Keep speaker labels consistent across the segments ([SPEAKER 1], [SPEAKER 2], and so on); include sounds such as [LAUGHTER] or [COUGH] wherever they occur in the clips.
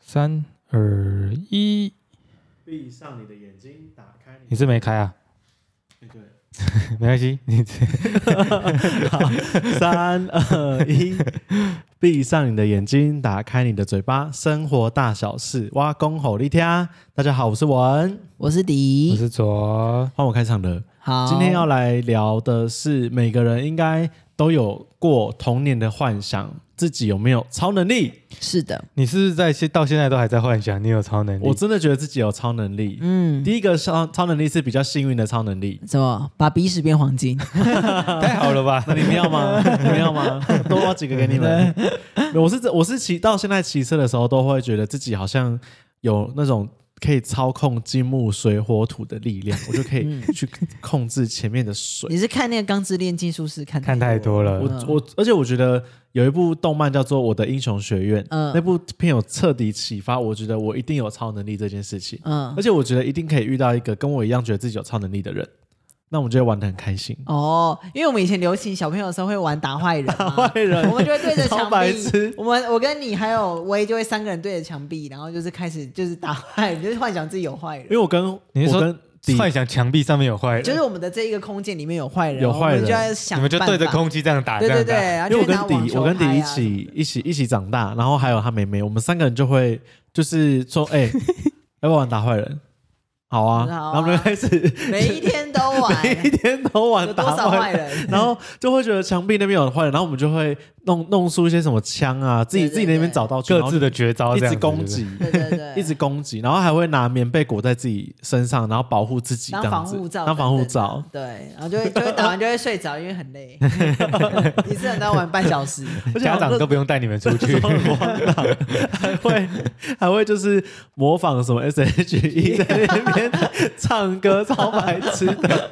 [SPEAKER 1] 三二一，
[SPEAKER 2] 闭上你的眼睛，打开
[SPEAKER 1] 你
[SPEAKER 2] 你。
[SPEAKER 1] 是没开
[SPEAKER 2] [LAUGHS]
[SPEAKER 1] 啊？
[SPEAKER 2] 哎对，
[SPEAKER 1] 没关系，你这
[SPEAKER 2] 好，三二一，闭上你的眼睛，打开你的嘴巴，生活大小事，挖公吼力听。啊大家好，我是文，
[SPEAKER 3] 我是
[SPEAKER 1] 我
[SPEAKER 3] 迪，
[SPEAKER 1] 是左，
[SPEAKER 2] 换我开场了。
[SPEAKER 3] 好，
[SPEAKER 2] 今天要来聊的是，每个人应该都有过童年的幻想，自己有没有超能力？
[SPEAKER 3] 是的，
[SPEAKER 1] 你是不是在现到现在都还在幻想你有超能力？
[SPEAKER 2] 我真的觉得自己有超能力。
[SPEAKER 3] 嗯，
[SPEAKER 2] 第一个超超能力是比较幸运的超能力，
[SPEAKER 3] 什么把鼻屎变黄金？
[SPEAKER 2] [LAUGHS]
[SPEAKER 1] 太好了吧？
[SPEAKER 2] 那你们要 [LAUGHS] 吗？你们要吗？多挖几个给你们。我是这，我是骑到现在骑车的时候，都会觉得自己好像有那种可以操控金木水火土的力 [LAUGHS] 量，我就可以去控制前面的水。
[SPEAKER 3] 你是看那个《钢之炼金术士》看
[SPEAKER 1] 看太多了，
[SPEAKER 2] 我我，而且我觉得有一部动漫叫做《我的英雄学院》，
[SPEAKER 3] 嗯
[SPEAKER 2] 那部片有彻底启发我，觉得我一定有超能力这件事情，
[SPEAKER 3] 嗯
[SPEAKER 2] 而且我觉得一定可以遇到一个跟我一样觉得自己有超能力的人，那我们就会玩的很开心。
[SPEAKER 3] 哦，因为我们以前流行小朋友的时候会玩打坏人嘛，打
[SPEAKER 2] 坏人
[SPEAKER 3] 我们就会对着
[SPEAKER 2] 超
[SPEAKER 3] 墙
[SPEAKER 2] 白
[SPEAKER 3] 壁
[SPEAKER 2] 痴，
[SPEAKER 3] 我们我跟你还有威就会三个人对着墙壁，然后就是开始就是打坏人，就是幻想自己有坏
[SPEAKER 2] 因
[SPEAKER 3] 人。
[SPEAKER 2] 为我跟
[SPEAKER 1] 你是说
[SPEAKER 2] 我跟迪
[SPEAKER 1] 幻想墙壁上面有坏人，
[SPEAKER 3] 就是我们的这一个空间里面有坏人，
[SPEAKER 2] 有坏人
[SPEAKER 3] 我们就在想，
[SPEAKER 1] 你们就对着，空气这样打，
[SPEAKER 3] 对
[SPEAKER 1] 这样
[SPEAKER 3] 对对，
[SPEAKER 1] 打。
[SPEAKER 3] 然后
[SPEAKER 2] 因为我
[SPEAKER 3] 就会拿
[SPEAKER 2] 跟
[SPEAKER 3] 网
[SPEAKER 2] 迪，
[SPEAKER 3] 球
[SPEAKER 2] 我跟
[SPEAKER 3] 拍啊
[SPEAKER 2] 迪一
[SPEAKER 3] 什么
[SPEAKER 2] 起一起一起长大，然后还有他妹妹，我们三个人就会就是说，哎、
[SPEAKER 3] [LAUGHS]
[SPEAKER 2] 要不要玩打坏人？好啊，
[SPEAKER 3] 好
[SPEAKER 2] 然
[SPEAKER 3] 啊
[SPEAKER 2] 后我们就开始
[SPEAKER 3] 的每一天都
[SPEAKER 2] [LAUGHS] 每一
[SPEAKER 3] 玩，
[SPEAKER 2] 天都玩
[SPEAKER 3] 有多
[SPEAKER 2] 打
[SPEAKER 3] 少
[SPEAKER 2] 坏
[SPEAKER 3] 坏
[SPEAKER 2] 人。
[SPEAKER 3] 人？
[SPEAKER 2] 然后就会觉得墙壁那边有坏人，然后我们就会弄弄出一些什么枪啊，自己
[SPEAKER 3] 对对
[SPEAKER 2] 自己那边找到去，
[SPEAKER 1] 各自的绝招，
[SPEAKER 2] 然后
[SPEAKER 1] 这
[SPEAKER 2] 一
[SPEAKER 1] 样
[SPEAKER 2] 直
[SPEAKER 1] 子
[SPEAKER 2] 攻，击，
[SPEAKER 3] 对对对，
[SPEAKER 2] 一直攻击，然后还会拿棉被裹在自己身上，然后保护自己，
[SPEAKER 3] 当
[SPEAKER 2] 这样
[SPEAKER 3] 防
[SPEAKER 2] 子
[SPEAKER 3] 护罩，啊
[SPEAKER 2] 当防护罩。，
[SPEAKER 3] 对，然后就会就会打完就会睡着，因为很
[SPEAKER 2] [LAUGHS]
[SPEAKER 3] 累，一次能要玩半小时，
[SPEAKER 1] 是不是
[SPEAKER 2] 而且
[SPEAKER 1] 家
[SPEAKER 2] 好像
[SPEAKER 1] 长都不用带你们出去。
[SPEAKER 2] [LAUGHS] 还会还会就是模仿什么 S.H.E [LAUGHS] 在那边唱歌，超白痴的。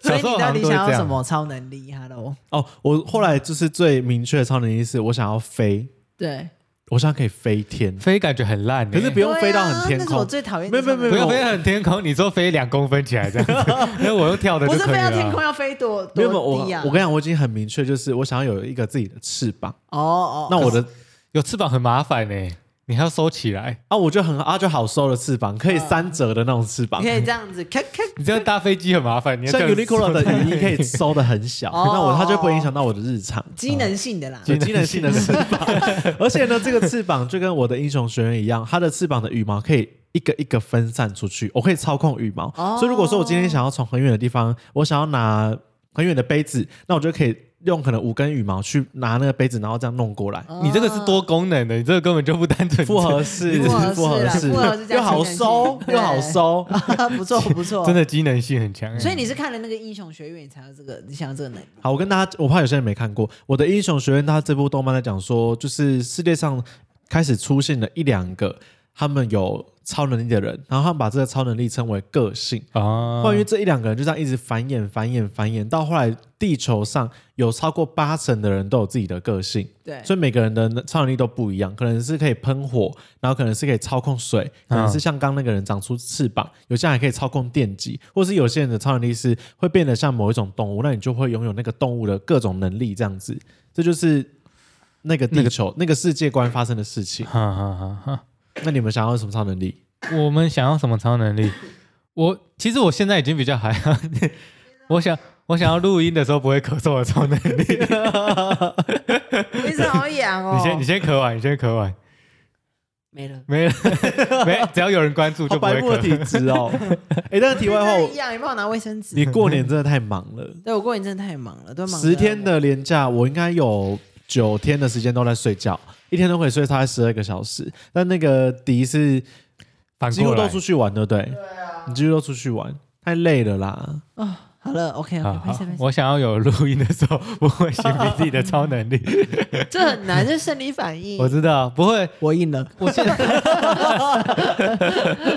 [SPEAKER 3] 所
[SPEAKER 1] 小
[SPEAKER 3] 以
[SPEAKER 1] 时候好
[SPEAKER 3] 你到
[SPEAKER 1] 像
[SPEAKER 3] 底
[SPEAKER 1] 都会
[SPEAKER 3] 想要
[SPEAKER 1] 这样
[SPEAKER 3] 什么超能力？Hello，
[SPEAKER 2] [LAUGHS] 哦，我后来就是最明确的超能力是我想要飞，
[SPEAKER 3] 对，
[SPEAKER 2] 我想可以飞天，
[SPEAKER 1] [LAUGHS] 飞感觉很烂欸，
[SPEAKER 2] 可是不用飞到很天
[SPEAKER 3] 对啊那是
[SPEAKER 2] 空
[SPEAKER 3] 我。最讨厌
[SPEAKER 2] 没
[SPEAKER 3] 的
[SPEAKER 2] 有
[SPEAKER 3] 超
[SPEAKER 2] 没有
[SPEAKER 3] 能力。
[SPEAKER 2] 没有
[SPEAKER 1] 不要飞到很天空，你说飞两公分起来这样子，
[SPEAKER 2] [LAUGHS]
[SPEAKER 1] 因为我用跳的
[SPEAKER 3] 不
[SPEAKER 1] 就是可以
[SPEAKER 3] 飞到天
[SPEAKER 1] 了
[SPEAKER 3] 空。要飞多
[SPEAKER 2] 没有没有
[SPEAKER 3] 多
[SPEAKER 2] 我
[SPEAKER 3] 低啊！
[SPEAKER 2] 我跟你讲，我已经很明确，就是我想要有一个自己的翅膀。
[SPEAKER 3] 哦哦，
[SPEAKER 2] 那我的
[SPEAKER 1] 有翅膀很麻烦呢，你还要收起来。
[SPEAKER 2] 啊，我就很啊就好收的翅膀，可以
[SPEAKER 3] 嗯
[SPEAKER 2] 三折的那种翅膀
[SPEAKER 3] 你，可以这样子，咔咔，
[SPEAKER 1] 你这样搭飞机很麻烦，你要
[SPEAKER 2] 像
[SPEAKER 1] 这样子
[SPEAKER 2] Uniqlo 的雨衣可以收的很小，
[SPEAKER 3] 哦
[SPEAKER 2] 那我它就不会影响到我的日常。
[SPEAKER 3] 机能性的啦，
[SPEAKER 2] 有机能性的翅膀，而且呢，这个翅膀就跟我的英雄学院一样，它的翅膀的羽毛可以一个一个分散出去，我可以操控羽毛。
[SPEAKER 3] 哦
[SPEAKER 2] 所以如果说我今天想要从很远的地方，我想要拿很远的杯子，那我就可以用可能五根羽毛去拿那个杯子，然后这样弄过来。
[SPEAKER 3] 哦
[SPEAKER 1] 你这个是多功能的，你这个根本就不单纯。
[SPEAKER 2] 复合式，
[SPEAKER 3] 复合式啊
[SPEAKER 2] 合式，
[SPEAKER 3] 复合式加
[SPEAKER 2] 又好
[SPEAKER 3] 机能性
[SPEAKER 2] 收，
[SPEAKER 3] 对
[SPEAKER 2] 又好收。
[SPEAKER 3] [LAUGHS]
[SPEAKER 2] [LAUGHS]
[SPEAKER 3] 不错不错，
[SPEAKER 1] 真。的机能性很强欸。
[SPEAKER 3] 所以你是看了那个英雄学院，你才有这个，你想要这个能力。
[SPEAKER 2] 好，我跟大家，我怕有些人没看过《我的英雄学院》，它这部动漫在讲说，就是世界上开始出现了一两个他们有超能力的人，然后他们把这个超能力称为个性。
[SPEAKER 1] 啊，
[SPEAKER 2] 关于这一两个人就这样一直繁衍、繁衍、繁衍，到后来地球上有超过八成的人都有自己的个性，
[SPEAKER 3] 对，
[SPEAKER 2] 所以每个人的超能力都不一样，可能是可以喷火，然后可能是可以操控水，
[SPEAKER 1] 嗯
[SPEAKER 2] 可能是像刚那个人长出翅膀，有些人还可以操控电击，或是有些人的超能力是会变得像某一种动物，那你就会拥有那个动物的各种能力，这样子，这就是那个地
[SPEAKER 1] 嗯
[SPEAKER 2] 球、那个、世界观发生的事情。
[SPEAKER 1] 哈哈哈哈，
[SPEAKER 2] 那你们想要什么超能 [LAUGHS] 力？
[SPEAKER 1] [LAUGHS] 我们想要什么超能力？我其实我现在已经比较还好， [LAUGHS] 我想我想要录音的时候不会咳嗽的超能力。
[SPEAKER 3] 我一直好痒哦。
[SPEAKER 1] 你先你先咳完，你先咳完，
[SPEAKER 3] 没了。
[SPEAKER 1] 没了没，只要有人关注
[SPEAKER 2] 好
[SPEAKER 1] 就不
[SPEAKER 2] [LAUGHS]
[SPEAKER 1] 会
[SPEAKER 2] 白目的
[SPEAKER 1] 咳。
[SPEAKER 2] 体质哦！ [LAUGHS] 哎、但是题外话，我
[SPEAKER 3] 一样，你帮我拿卫生纸。
[SPEAKER 2] 你过年真的太忙了，
[SPEAKER 3] 对我过年真的太忙了，都忙
[SPEAKER 2] 十
[SPEAKER 3] 得
[SPEAKER 2] 天
[SPEAKER 3] 我
[SPEAKER 2] 的连假，我应该有九天的时间都在睡觉，一天都可以睡大概十二个小时。但那个迪是
[SPEAKER 1] 反
[SPEAKER 2] 几乎
[SPEAKER 1] 过
[SPEAKER 2] 都
[SPEAKER 1] 来
[SPEAKER 2] 出，去玩，对不对？对啊，你几乎都出去玩，太累了啦。
[SPEAKER 3] 啊，好了，OK
[SPEAKER 1] 好
[SPEAKER 3] OK，没
[SPEAKER 1] 好
[SPEAKER 3] 事没，事，
[SPEAKER 1] 我想要有录音的时候不会形比自己的超能 [LAUGHS] 力。
[SPEAKER 3] 这很难，这是生理反应。
[SPEAKER 1] 我知道啊不会，
[SPEAKER 3] 我硬了，
[SPEAKER 1] 我现在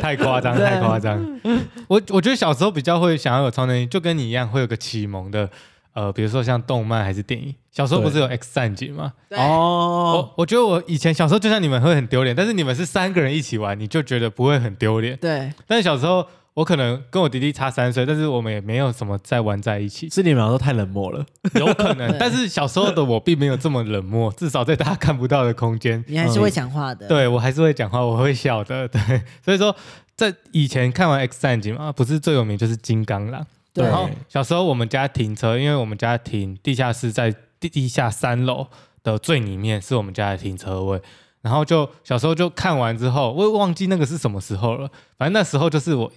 [SPEAKER 1] 太夸 [LAUGHS] 张，
[SPEAKER 3] 对
[SPEAKER 1] 太夸张。我我觉得小时候比较会想要有超能力，就跟你一样会有个启蒙的呃，比如说像动漫还是电影，小时候不是有 X 战警吗？
[SPEAKER 3] 对，
[SPEAKER 2] 哦，，
[SPEAKER 1] 我我觉得我以前小时候就像你们会很丢脸，但是你们是三个人一起玩，你就觉得不会很丢脸。
[SPEAKER 3] 对，
[SPEAKER 1] 但是小时候我可能跟我弟弟差三岁，但是我们也没有什么在玩在一起 [LAUGHS]
[SPEAKER 2] 是你们俩都太冷漠了。
[SPEAKER 1] 有可能
[SPEAKER 3] 对。
[SPEAKER 1] 但是小时候的我并没有这么冷漠，至少在大家看不到的空间，
[SPEAKER 3] 你还是会讲话的，
[SPEAKER 1] 对我还是会讲话，我会笑的。对，所以说在以前看完 X 战警啊嘛，不是最有名就是金刚狼。
[SPEAKER 3] 对
[SPEAKER 1] 然后小时候我们家停车，因为我们家停地下室在地地下三楼的最里面是我们家的停车位。然后就小时候就看完之后，我也忘记那个是什么时候了。反正那时候就是我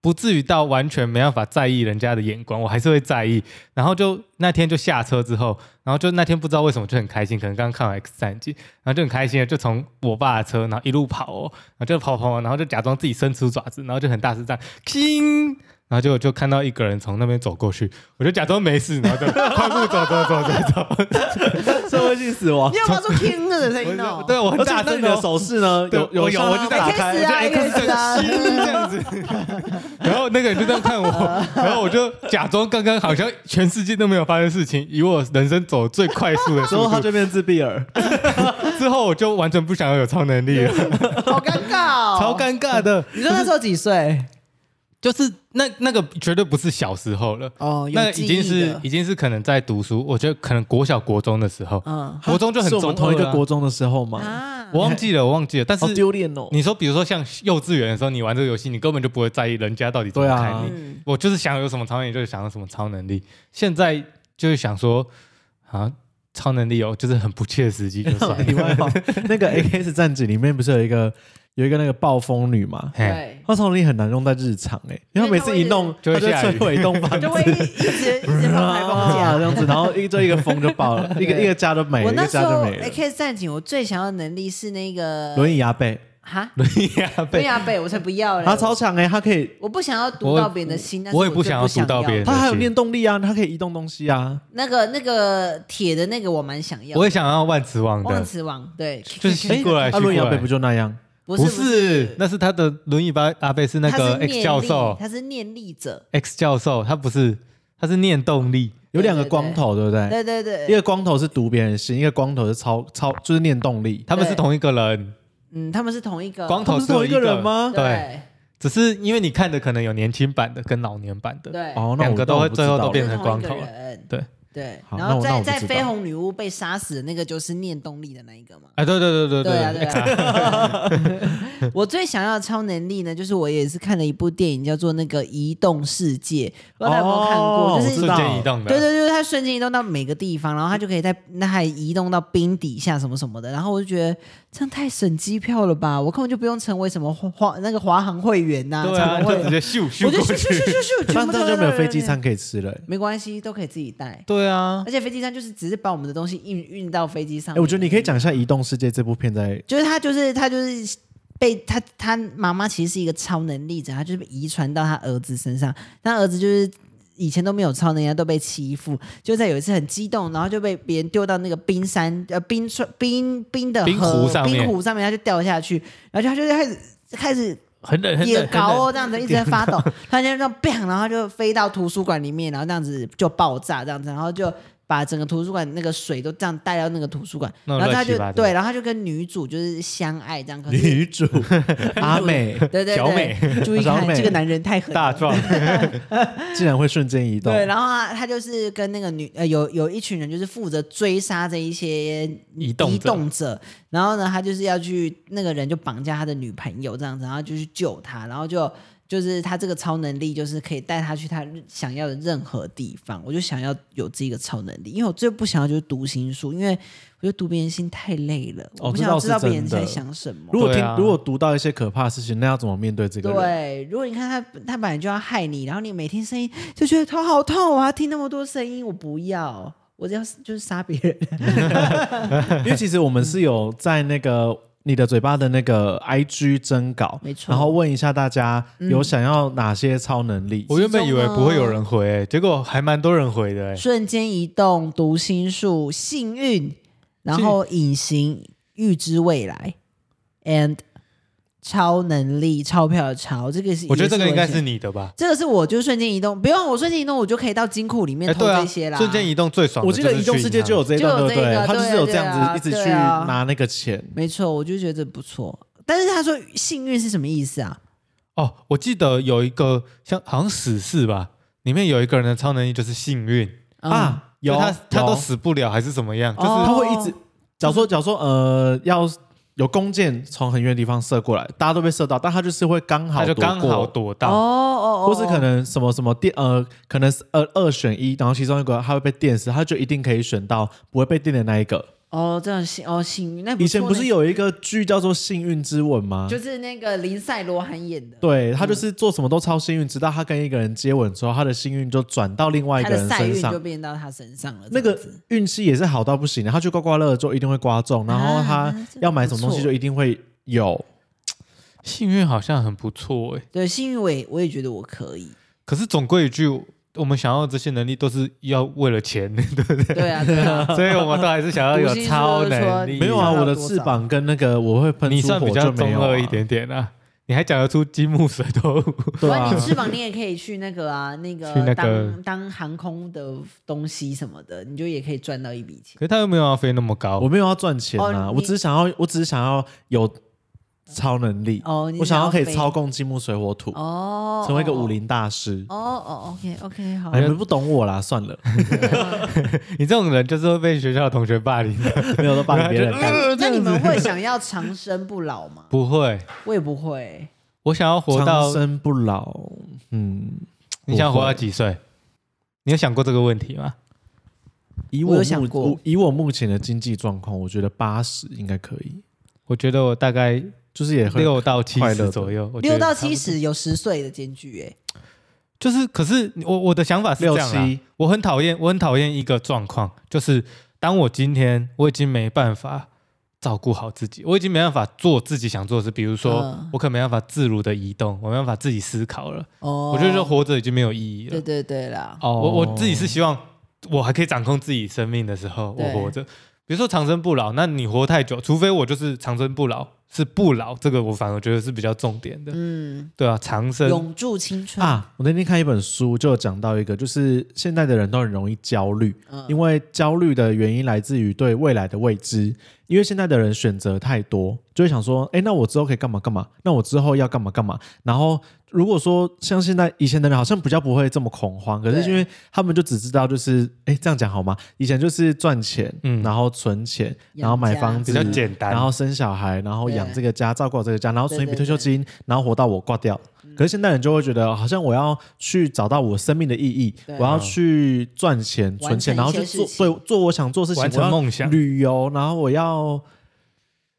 [SPEAKER 1] 不至于到完全没办法在意人家的眼光，我还是会在意。然后就那天就下车之后，然后就那天不知道为什么就很开心，可能刚看完 X 战警，然后就很开心的就从我爸的车，然后一路跑哦，然后就跑跑跑，然后就假装自己伸出爪子，然后就很大声这样，叮，然后就就看到一个人从那边走过去，我就假装没事，然后就快步走走走走走，
[SPEAKER 2] 社会性死 [LAUGHS] 亡
[SPEAKER 3] 你。有发出 king 的声
[SPEAKER 1] 我
[SPEAKER 3] 音哦
[SPEAKER 1] 就，对我很
[SPEAKER 2] 而且
[SPEAKER 1] 大
[SPEAKER 2] 那
[SPEAKER 1] 声
[SPEAKER 2] 你
[SPEAKER 1] 的
[SPEAKER 2] 的手势呢？
[SPEAKER 1] 对
[SPEAKER 2] 有
[SPEAKER 1] 我有
[SPEAKER 2] 有向
[SPEAKER 1] 我就
[SPEAKER 2] 他
[SPEAKER 1] 在
[SPEAKER 2] 打
[SPEAKER 3] 开始
[SPEAKER 2] 开，
[SPEAKER 3] 啊
[SPEAKER 1] 就哎 X
[SPEAKER 3] 开始啊
[SPEAKER 1] 战警这样子， [LAUGHS] 然后那个人就这样 [LAUGHS] 看我，然后我就假装刚刚好像全世界都没有发生事情，以我人生走最快速的
[SPEAKER 2] 之
[SPEAKER 1] 速
[SPEAKER 2] 后
[SPEAKER 1] 度
[SPEAKER 2] 他，就变自闭儿。
[SPEAKER 1] 之后我就完全不想要有超能力 [LAUGHS] 了，
[SPEAKER 3] 好尴尬，哦
[SPEAKER 1] 超。尴尬的。
[SPEAKER 3] 你说那时候几岁？
[SPEAKER 1] 就是那那个绝对不是小时候了，
[SPEAKER 3] 哦，有
[SPEAKER 1] 那个
[SPEAKER 3] 记
[SPEAKER 1] 已
[SPEAKER 3] 忆
[SPEAKER 1] 经是
[SPEAKER 3] 的
[SPEAKER 1] 已经是可能在读书，我觉得可能国小国中的时候，
[SPEAKER 3] 嗯
[SPEAKER 1] 国中就很
[SPEAKER 2] 是我
[SPEAKER 1] 中
[SPEAKER 2] 们同一
[SPEAKER 1] 二
[SPEAKER 2] 个
[SPEAKER 1] 啊
[SPEAKER 2] 国中的时候嘛，
[SPEAKER 3] 啊，
[SPEAKER 1] 我忘记了，我忘记了。但是
[SPEAKER 2] 好丢脸哦。
[SPEAKER 1] 你说，比如说像幼稚园的时候，你玩这个游戏，你根本就不会在意人家到底怎么
[SPEAKER 2] 对啊
[SPEAKER 1] 看你。
[SPEAKER 3] 嗯，
[SPEAKER 1] 我就是想有什么超能力，就是想有什么超能力。现在就是想说啊，超能力哦，就是很不切实际，就
[SPEAKER 2] [LAUGHS]
[SPEAKER 1] 算
[SPEAKER 2] 题
[SPEAKER 1] 了。
[SPEAKER 2] 外话，那个 A K 是战警里面不是有一个有一个那个暴风女嘛？
[SPEAKER 1] 嘿，
[SPEAKER 3] 对，
[SPEAKER 2] 她超能力很难用在日常哎、因为她每次一弄，
[SPEAKER 1] 就
[SPEAKER 2] 她
[SPEAKER 1] 会
[SPEAKER 2] 就
[SPEAKER 1] 下雨
[SPEAKER 2] 摧毁一栋房子
[SPEAKER 3] 就，会一直一直放台风
[SPEAKER 2] 啊
[SPEAKER 1] [LAUGHS]
[SPEAKER 3] 假
[SPEAKER 2] 这样子，然后一就一个风就爆
[SPEAKER 3] [LAUGHS]
[SPEAKER 2] 了，一个
[SPEAKER 3] 对
[SPEAKER 2] 一个家都没了，
[SPEAKER 3] 我
[SPEAKER 2] 一
[SPEAKER 3] 那
[SPEAKER 2] 个
[SPEAKER 3] 时
[SPEAKER 2] 家就
[SPEAKER 3] 候哎
[SPEAKER 2] 没了
[SPEAKER 3] A。K 战警，我最想要的能力是那个
[SPEAKER 2] 轮椅啊阿贝，
[SPEAKER 3] 哈
[SPEAKER 1] 轮椅啊
[SPEAKER 3] 对
[SPEAKER 1] 被
[SPEAKER 3] 呀，贝，我才不要嘞！
[SPEAKER 2] 她超强哎、她可以，
[SPEAKER 3] 我不想要读到别人的心，但是
[SPEAKER 1] 我也
[SPEAKER 3] 就
[SPEAKER 1] 不
[SPEAKER 3] 不
[SPEAKER 1] 想要读到别人
[SPEAKER 3] 想要
[SPEAKER 2] 她还有念动力啊，她可以移动东西啊。
[SPEAKER 3] 那个那个铁的那个，我蛮想要
[SPEAKER 1] 我
[SPEAKER 3] 的。
[SPEAKER 1] 也想要万磁王
[SPEAKER 3] 忘
[SPEAKER 1] 的，
[SPEAKER 3] 词王对，
[SPEAKER 1] 嗯就是吸过来
[SPEAKER 2] 那
[SPEAKER 1] 吸过
[SPEAKER 2] 啊轮椅阿贝
[SPEAKER 1] 来
[SPEAKER 2] 不。就那样？
[SPEAKER 3] 不
[SPEAKER 1] 不
[SPEAKER 3] 是
[SPEAKER 1] 是，那是他的轮椅吧？阿贝是那个
[SPEAKER 3] 他是念
[SPEAKER 1] X 教
[SPEAKER 3] 力
[SPEAKER 1] 授
[SPEAKER 3] 他是念力者，
[SPEAKER 1] ，X 教授他不是，他是念动力。
[SPEAKER 2] 有两个
[SPEAKER 3] 对对
[SPEAKER 2] 光头，对不
[SPEAKER 1] 哎
[SPEAKER 2] 对？
[SPEAKER 3] 对对
[SPEAKER 2] 一
[SPEAKER 3] 对，
[SPEAKER 2] 个光头是读别人心，一个光头是超超就是念动力。
[SPEAKER 1] 他们是
[SPEAKER 3] 对
[SPEAKER 1] 同一个人，
[SPEAKER 3] 嗯，他们是同一个
[SPEAKER 1] 光头
[SPEAKER 2] 他们是同
[SPEAKER 1] 只有
[SPEAKER 2] 一个人吗
[SPEAKER 1] 对，
[SPEAKER 3] 对
[SPEAKER 1] 只是因为你看的可能有年轻版的跟老年版的，
[SPEAKER 3] 对，
[SPEAKER 2] 哦，那我
[SPEAKER 1] 两个都
[SPEAKER 2] 那我
[SPEAKER 1] 会
[SPEAKER 2] 不
[SPEAKER 1] 最后
[SPEAKER 2] 知道
[SPEAKER 1] 都
[SPEAKER 2] 了
[SPEAKER 1] 变成光
[SPEAKER 3] 就是
[SPEAKER 1] 头
[SPEAKER 3] 同一
[SPEAKER 1] 了
[SPEAKER 3] 个人
[SPEAKER 1] 对，
[SPEAKER 3] 对，
[SPEAKER 2] 好
[SPEAKER 3] 然
[SPEAKER 2] 那
[SPEAKER 3] 后
[SPEAKER 2] 我那
[SPEAKER 3] 在
[SPEAKER 2] 我不
[SPEAKER 3] 在
[SPEAKER 2] 知道
[SPEAKER 3] 绯红女巫被杀死的那个就是念动力的那一个嘛。
[SPEAKER 1] 啊，对对对对
[SPEAKER 3] 对啊，
[SPEAKER 1] 对
[SPEAKER 3] 对啊。 [LAUGHS] 我最想要的超能力呢，就是我也是看了一部电影，叫做那个《移动世界》，不知道大家有没有看过？
[SPEAKER 2] 哦
[SPEAKER 3] 就
[SPEAKER 2] 我
[SPEAKER 3] 是
[SPEAKER 2] 知道
[SPEAKER 1] 瞬间移动的，
[SPEAKER 3] 对对对，它瞬间移动到每个地方，然后它就可以在那还移动到冰底下什么什么的，然后我就觉得这样太省机票了吧，我根本就不用成为什么华那个华航会员呐、
[SPEAKER 1] 对啊，
[SPEAKER 3] 什么会
[SPEAKER 1] 就
[SPEAKER 3] 员
[SPEAKER 1] 直接咻咻
[SPEAKER 3] 我就咻
[SPEAKER 1] 过
[SPEAKER 3] 咻咻
[SPEAKER 1] 去，
[SPEAKER 2] [LAUGHS]
[SPEAKER 3] 咻咻，全
[SPEAKER 2] 那
[SPEAKER 3] 部
[SPEAKER 2] 这
[SPEAKER 3] 都
[SPEAKER 2] 样就没有飞机，餐可以吃了欸。
[SPEAKER 3] 没关系，都可以自己带，
[SPEAKER 1] 对啊，
[SPEAKER 3] 而且飞机餐就是只是把我们的东西运运到飞机上
[SPEAKER 2] 哎、
[SPEAKER 3] 面
[SPEAKER 2] 我觉得你可以讲一下《移动世界》这部片
[SPEAKER 3] [LAUGHS]
[SPEAKER 2] 在
[SPEAKER 3] 就是他就是他就是被他他妈妈其实是一个超能力者，他就是被遗传到他儿子身上，他儿子就是。以前都没有超能力，他都被欺负。就在有一次很激动，然后就被别人丢到那个冰山呃冰川冰冰的河
[SPEAKER 1] 冰湖上面
[SPEAKER 3] 冰湖上面，他就掉下去，然后就他就开始开始
[SPEAKER 1] 很冷很
[SPEAKER 3] 也
[SPEAKER 1] 冷
[SPEAKER 3] 高
[SPEAKER 1] 很
[SPEAKER 3] 哦，这样子一直在发抖，他就这样 bang，然后就飞到图书馆里面，然后这样子就爆炸，这样子，然后就把整个图书馆那个水都这样带到那个图书馆，
[SPEAKER 1] 弄
[SPEAKER 3] 然
[SPEAKER 1] 得
[SPEAKER 3] 后他
[SPEAKER 1] 乱
[SPEAKER 3] 就
[SPEAKER 1] 七八糟
[SPEAKER 3] 对，然后他就跟女主就是相爱这样，可是
[SPEAKER 2] 女主阿
[SPEAKER 3] [LAUGHS]
[SPEAKER 2] 美
[SPEAKER 3] 对对
[SPEAKER 1] 小美
[SPEAKER 3] 对，注意
[SPEAKER 2] 小
[SPEAKER 3] 看
[SPEAKER 2] 美
[SPEAKER 3] 这个男人太
[SPEAKER 1] 冷
[SPEAKER 3] 狠
[SPEAKER 1] 大
[SPEAKER 3] 了。 [LAUGHS]
[SPEAKER 1] 壮，
[SPEAKER 2] 竟然会瞬间移动，
[SPEAKER 3] 对，然后他他就是跟那个女呃有有一群人就是负责追杀这一些
[SPEAKER 1] 移动者
[SPEAKER 3] 移动者，然后呢他就是要去那个人就绑架他的女朋友这样子，然后就去救他，然后就就是他这个超能力就是可以带他去他想要的任何地方，我就想要有这个超能力，因为我最不想要就是读心术，因为我觉得读别人心太累了，
[SPEAKER 2] 哦
[SPEAKER 3] 我不想要知道
[SPEAKER 2] 这倒
[SPEAKER 3] 别
[SPEAKER 2] 是
[SPEAKER 3] 人
[SPEAKER 2] 真的
[SPEAKER 3] 在想什么。
[SPEAKER 2] 如果听、
[SPEAKER 1] 对啊
[SPEAKER 2] 如果读到一些可怕的事情，那要怎么面对这个人？
[SPEAKER 3] 对，如果你看他，他本来就要害你，然后你每天声音就觉得头好痛，我要听那么多声音，我不要，我只要就是杀别人。 [LAUGHS]
[SPEAKER 2] 因为其实我们是有在那个你的嘴巴的那个 IG 征稿，
[SPEAKER 3] 没错嗯
[SPEAKER 2] 然后问一下大家有想要哪些超能力？
[SPEAKER 1] 我原本以为不会有人回、欸，结果还蛮多人回的、欸，
[SPEAKER 3] 瞬间移动、读心术、幸运，然后隐形、预知未来，and 超能力，钞票的钞，这个是
[SPEAKER 1] 我觉得这个
[SPEAKER 3] 也
[SPEAKER 1] 应该
[SPEAKER 3] 以前
[SPEAKER 1] 是你的吧？
[SPEAKER 3] 这个是我就瞬间移动，不用我瞬间移动，我就可以到金库里面
[SPEAKER 1] 哎，
[SPEAKER 3] 偷
[SPEAKER 1] 对啊
[SPEAKER 3] 这些啦。，
[SPEAKER 1] 瞬间移动最爽的
[SPEAKER 2] 我
[SPEAKER 1] 是
[SPEAKER 2] 记
[SPEAKER 1] 去银行。
[SPEAKER 2] 得移动世界就有这一段，
[SPEAKER 3] 就有
[SPEAKER 2] 对
[SPEAKER 3] 这
[SPEAKER 2] 不
[SPEAKER 3] 一个
[SPEAKER 2] 对？
[SPEAKER 3] 对啊
[SPEAKER 2] 他就是有这
[SPEAKER 3] 对啊
[SPEAKER 2] 样子一直去
[SPEAKER 3] 对啊
[SPEAKER 2] 拿那个钱，
[SPEAKER 3] 没错，我就觉得不错。但是他说幸运是什么意思啊？
[SPEAKER 1] 哦，我记得有一个像好像死侍吧，里面有一个人的超能力就是幸运，
[SPEAKER 3] 嗯，
[SPEAKER 2] 啊，有
[SPEAKER 1] 就他他都
[SPEAKER 2] 有
[SPEAKER 1] 死不了还是怎么样，就
[SPEAKER 3] 哦嗯
[SPEAKER 1] 是
[SPEAKER 2] 他会一直，假如说假如说呃，要有弓箭从很远的地方射过来，大家都被射到，但他就是会刚好
[SPEAKER 1] 他就
[SPEAKER 2] 躲
[SPEAKER 1] 刚
[SPEAKER 2] 过
[SPEAKER 1] 好躲
[SPEAKER 3] 哦
[SPEAKER 1] 到。
[SPEAKER 3] 哦哦，
[SPEAKER 2] 或是可能什么什么电呃，可能是呃二选一，然后其中一个他会被电死，他就一定可以选到不会被电的那一个。
[SPEAKER 3] 哦这样幸哦幸运，那错
[SPEAKER 2] 以前不是
[SPEAKER 3] 呢
[SPEAKER 2] 有一个剧叫做《幸运之吻》吗？
[SPEAKER 3] 就是嗯那个林赛罗韩演的，
[SPEAKER 2] 对他就是做什么都超幸运，直到他跟一个人接吻之后，他的幸运就转到另外一
[SPEAKER 3] 他
[SPEAKER 2] 个
[SPEAKER 3] 的
[SPEAKER 2] 人
[SPEAKER 3] 赛
[SPEAKER 2] 身
[SPEAKER 3] 运就
[SPEAKER 2] 上。
[SPEAKER 3] 变到他身上了。
[SPEAKER 2] 那
[SPEAKER 3] 这样
[SPEAKER 2] 个
[SPEAKER 3] 子
[SPEAKER 2] 运气也是好到不行的，他去刮刮乐就一定会刮中，然后他
[SPEAKER 3] 啊
[SPEAKER 2] 要买什么东
[SPEAKER 3] 这
[SPEAKER 2] 西
[SPEAKER 3] 不
[SPEAKER 2] 就一定会有。
[SPEAKER 1] 幸运好像很不错哎，
[SPEAKER 3] 对幸运，我也我也觉得我
[SPEAKER 2] [LAUGHS]
[SPEAKER 3] 可以。
[SPEAKER 1] 可是总归一句，我们想要这些能力都是要为了钱， [LAUGHS] 对不对？
[SPEAKER 3] 对啊，对啊
[SPEAKER 1] [LAUGHS] 所以我们都还是想要有超能力。
[SPEAKER 3] 你
[SPEAKER 2] 没有啊，
[SPEAKER 3] 拿到
[SPEAKER 2] 我的
[SPEAKER 3] 多
[SPEAKER 2] 翅
[SPEAKER 3] 少
[SPEAKER 2] 膀跟那个我会喷
[SPEAKER 1] 你
[SPEAKER 2] 出
[SPEAKER 1] 算比
[SPEAKER 2] 火
[SPEAKER 1] 较
[SPEAKER 2] 就没
[SPEAKER 1] 中
[SPEAKER 2] 有、
[SPEAKER 1] 二
[SPEAKER 2] 啊、
[SPEAKER 1] 一，点点啊，你还讲得出金木水火土。
[SPEAKER 2] 对
[SPEAKER 3] 不然
[SPEAKER 2] 啊
[SPEAKER 3] 你，翅膀你也可以去那个啊，那个
[SPEAKER 1] 去那个
[SPEAKER 3] 当当航空的东西什么的，你就也可以赚到一笔钱。
[SPEAKER 1] 可是他又没有要飞那么高
[SPEAKER 2] 我，没有要赚钱啊，
[SPEAKER 3] 哦你
[SPEAKER 2] 我只是想要，我只是想要有超能力，
[SPEAKER 3] 哦，你
[SPEAKER 2] 我想要可以
[SPEAKER 3] 飞
[SPEAKER 2] 操控金木水火土，
[SPEAKER 3] 哦，
[SPEAKER 2] 成为一个武
[SPEAKER 3] 零。
[SPEAKER 2] 林大师。
[SPEAKER 3] 哦哦，OK OK，好
[SPEAKER 2] 哎，你们不懂我啦，算了， [LAUGHS]
[SPEAKER 1] 你这种人就是会被学校的同学霸凌的。
[SPEAKER 2] 没有都把别人
[SPEAKER 3] 那
[SPEAKER 2] 当。
[SPEAKER 3] 你那你们会想要长生不老吗？
[SPEAKER 1] 不会，
[SPEAKER 3] 我也不会，
[SPEAKER 1] 我想要活
[SPEAKER 2] 长
[SPEAKER 1] 到
[SPEAKER 2] 生不老，嗯，
[SPEAKER 1] 你想活
[SPEAKER 2] 不
[SPEAKER 1] 到
[SPEAKER 2] 会
[SPEAKER 1] 几岁？你有想过这个问题吗？
[SPEAKER 2] 以
[SPEAKER 3] 我
[SPEAKER 2] 我
[SPEAKER 3] 有想
[SPEAKER 2] 目
[SPEAKER 3] 过
[SPEAKER 2] 我以我目前的经济状况，我觉得八十应该可以，
[SPEAKER 1] 我觉得我大概
[SPEAKER 2] 就是也会
[SPEAKER 1] 六哦到七
[SPEAKER 2] 快乐
[SPEAKER 1] 十
[SPEAKER 2] 的
[SPEAKER 1] 左右，我觉得
[SPEAKER 3] 六到
[SPEAKER 1] 差不
[SPEAKER 3] 七
[SPEAKER 1] 多，
[SPEAKER 3] 十有十岁的间距，哎，
[SPEAKER 1] 就是可是我我的想法是这
[SPEAKER 2] 六
[SPEAKER 1] 样啦，
[SPEAKER 2] 七，
[SPEAKER 1] 我很讨厌我很讨厌一个状况，就是当我今天我已经没办法照顾好自己，我已经没办法做自己想做的事，比如说、
[SPEAKER 3] 嗯
[SPEAKER 1] 我可能没办法自如的移动，我没办法自己思考了，
[SPEAKER 3] 哦，
[SPEAKER 1] 我觉得说活着已经没有意义了
[SPEAKER 3] 对。对对啦，
[SPEAKER 2] 哦
[SPEAKER 1] 我我自己是希望我还可以掌控自己生命的时候，我
[SPEAKER 3] 对
[SPEAKER 1] 活着。比如说长生不老，那你活太久，除非我就是长生不老，是不老，这个我反而觉得是比较重点的。
[SPEAKER 3] 嗯，
[SPEAKER 1] 对啊，长生
[SPEAKER 3] 永驻青春，
[SPEAKER 2] 啊，我那天看一本书，就有讲到一个，就是现在的人都很容易焦虑，
[SPEAKER 3] 嗯
[SPEAKER 2] 因为焦虑的原因来自于对未来的未知。因为现在的人选择太多，就会想说，哎，那我之后可以干嘛干嘛？那我之后要干嘛干嘛？然后如果说像现在以前的人好像比较不会这么恐慌，可是
[SPEAKER 3] 对
[SPEAKER 2] 因为他们就只知道就是，哎，这样讲好吗？以前就是赚钱，
[SPEAKER 1] 嗯
[SPEAKER 2] 然后存钱，
[SPEAKER 3] 养
[SPEAKER 2] 然后买
[SPEAKER 3] 家
[SPEAKER 2] 房
[SPEAKER 1] 比
[SPEAKER 2] 子，
[SPEAKER 1] 较简单。
[SPEAKER 2] 然后生小孩，然后
[SPEAKER 3] 对
[SPEAKER 2] 养这个家，照顾好这个家，然后存一笔
[SPEAKER 3] 对对
[SPEAKER 2] 退休金，然后活到我挂掉。可是现代人就会觉得，好像我要去找到我生命的意义，
[SPEAKER 3] 对
[SPEAKER 2] 我要去赚钱、
[SPEAKER 3] 完
[SPEAKER 2] 存
[SPEAKER 3] 成
[SPEAKER 2] 钱，
[SPEAKER 3] 一
[SPEAKER 2] 然后
[SPEAKER 3] 些
[SPEAKER 2] 去
[SPEAKER 3] 事
[SPEAKER 2] 做
[SPEAKER 3] 情
[SPEAKER 2] 对做我想做的事情，
[SPEAKER 1] 完成
[SPEAKER 2] 我要
[SPEAKER 1] 梦想
[SPEAKER 2] 旅游，然后我要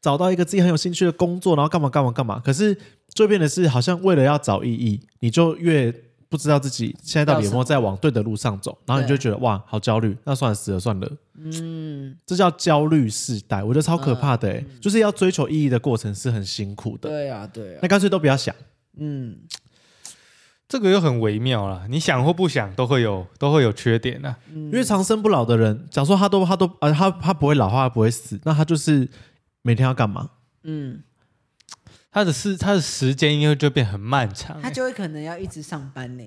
[SPEAKER 2] 找到一个自己很有兴趣的工作，然后干嘛干嘛干嘛。可是就变的是，好像为了要找意义，你就越。不知道自己现在到底有没有在往对的路上走，然后你就觉得哇，好焦虑，那算了，死了算了。
[SPEAKER 3] 嗯，
[SPEAKER 2] 这叫焦虑世代，我觉得超可怕的、欸就是要追求意义的过程是很辛苦的，
[SPEAKER 3] 对啊对啊
[SPEAKER 2] 那，干脆都不要想。
[SPEAKER 3] 嗯，
[SPEAKER 1] 这个又很微妙啦，你想或不想都会有都会有缺点啊。
[SPEAKER 3] 嗯
[SPEAKER 2] 因为长生不老的人，假如说他都他都呃他他不会老化，他不会死，那他就是每天要干嘛？
[SPEAKER 3] 嗯，
[SPEAKER 1] 他的是他的时间应该就变很漫长、
[SPEAKER 3] 他
[SPEAKER 1] 欸
[SPEAKER 3] 就会可能要一直上班 [LAUGHS] 呢，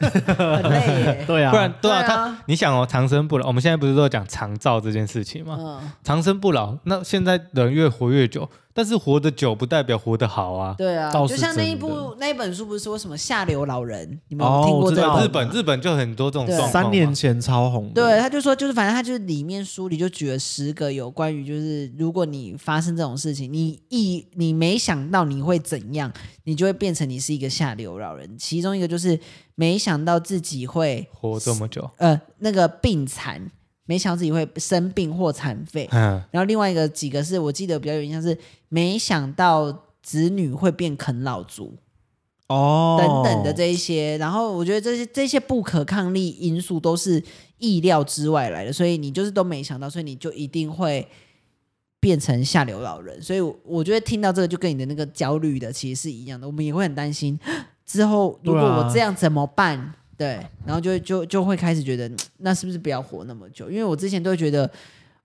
[SPEAKER 3] 很累
[SPEAKER 2] [LAUGHS]
[SPEAKER 3] 耶，
[SPEAKER 2] 对啊，
[SPEAKER 1] 不然对啊，
[SPEAKER 3] 对啊
[SPEAKER 1] 他你想哦，长生不老，我们现在不是都在讲长照这件事情吗？
[SPEAKER 3] 嗯，
[SPEAKER 1] 长生不老，那现在人越活越久，但是活得久不代表活得好啊。
[SPEAKER 3] 对啊，
[SPEAKER 2] 倒
[SPEAKER 3] 就是像那一
[SPEAKER 2] 真的
[SPEAKER 3] 部那一本书不是说什么下流老人，你们
[SPEAKER 2] 哦
[SPEAKER 3] 有听
[SPEAKER 2] 我
[SPEAKER 3] 过
[SPEAKER 2] 知
[SPEAKER 3] 这
[SPEAKER 2] 道
[SPEAKER 3] 本
[SPEAKER 1] 对，
[SPEAKER 3] 吗
[SPEAKER 1] 日本日本就很多这种
[SPEAKER 3] 对
[SPEAKER 1] 状况嘛。
[SPEAKER 2] 三年前超红的，
[SPEAKER 3] 对，他就说，就是反正他就是里面书里就举了十个有关于，就是如果你发生这种事情，你意你没想到你会怎样，你就会变成你是一个下流老人。其中一个就是没想到自己会
[SPEAKER 1] 活这么久，
[SPEAKER 3] 呃那个病残，没想到自己会生病或残
[SPEAKER 1] [LAUGHS]
[SPEAKER 3] 废。
[SPEAKER 1] 嗯，
[SPEAKER 3] 然后另外一个几个是我记得比较有印象是没想到子女会变啃老族。
[SPEAKER 2] 哦，
[SPEAKER 3] 等等的这一些，然后我觉得这些这些不可抗力因素都是意料之外来的，所以你就是都没想到，所以你就一定会变成下流老人。所以我我觉得听到这个就跟你的那个焦虑的其实是一样的，我们也会很担心之后如果
[SPEAKER 2] 对啊
[SPEAKER 3] 我这样怎么办？对，然后就就就会开始觉得，嗯那是不是不要活那么久？因为我之前都会觉得。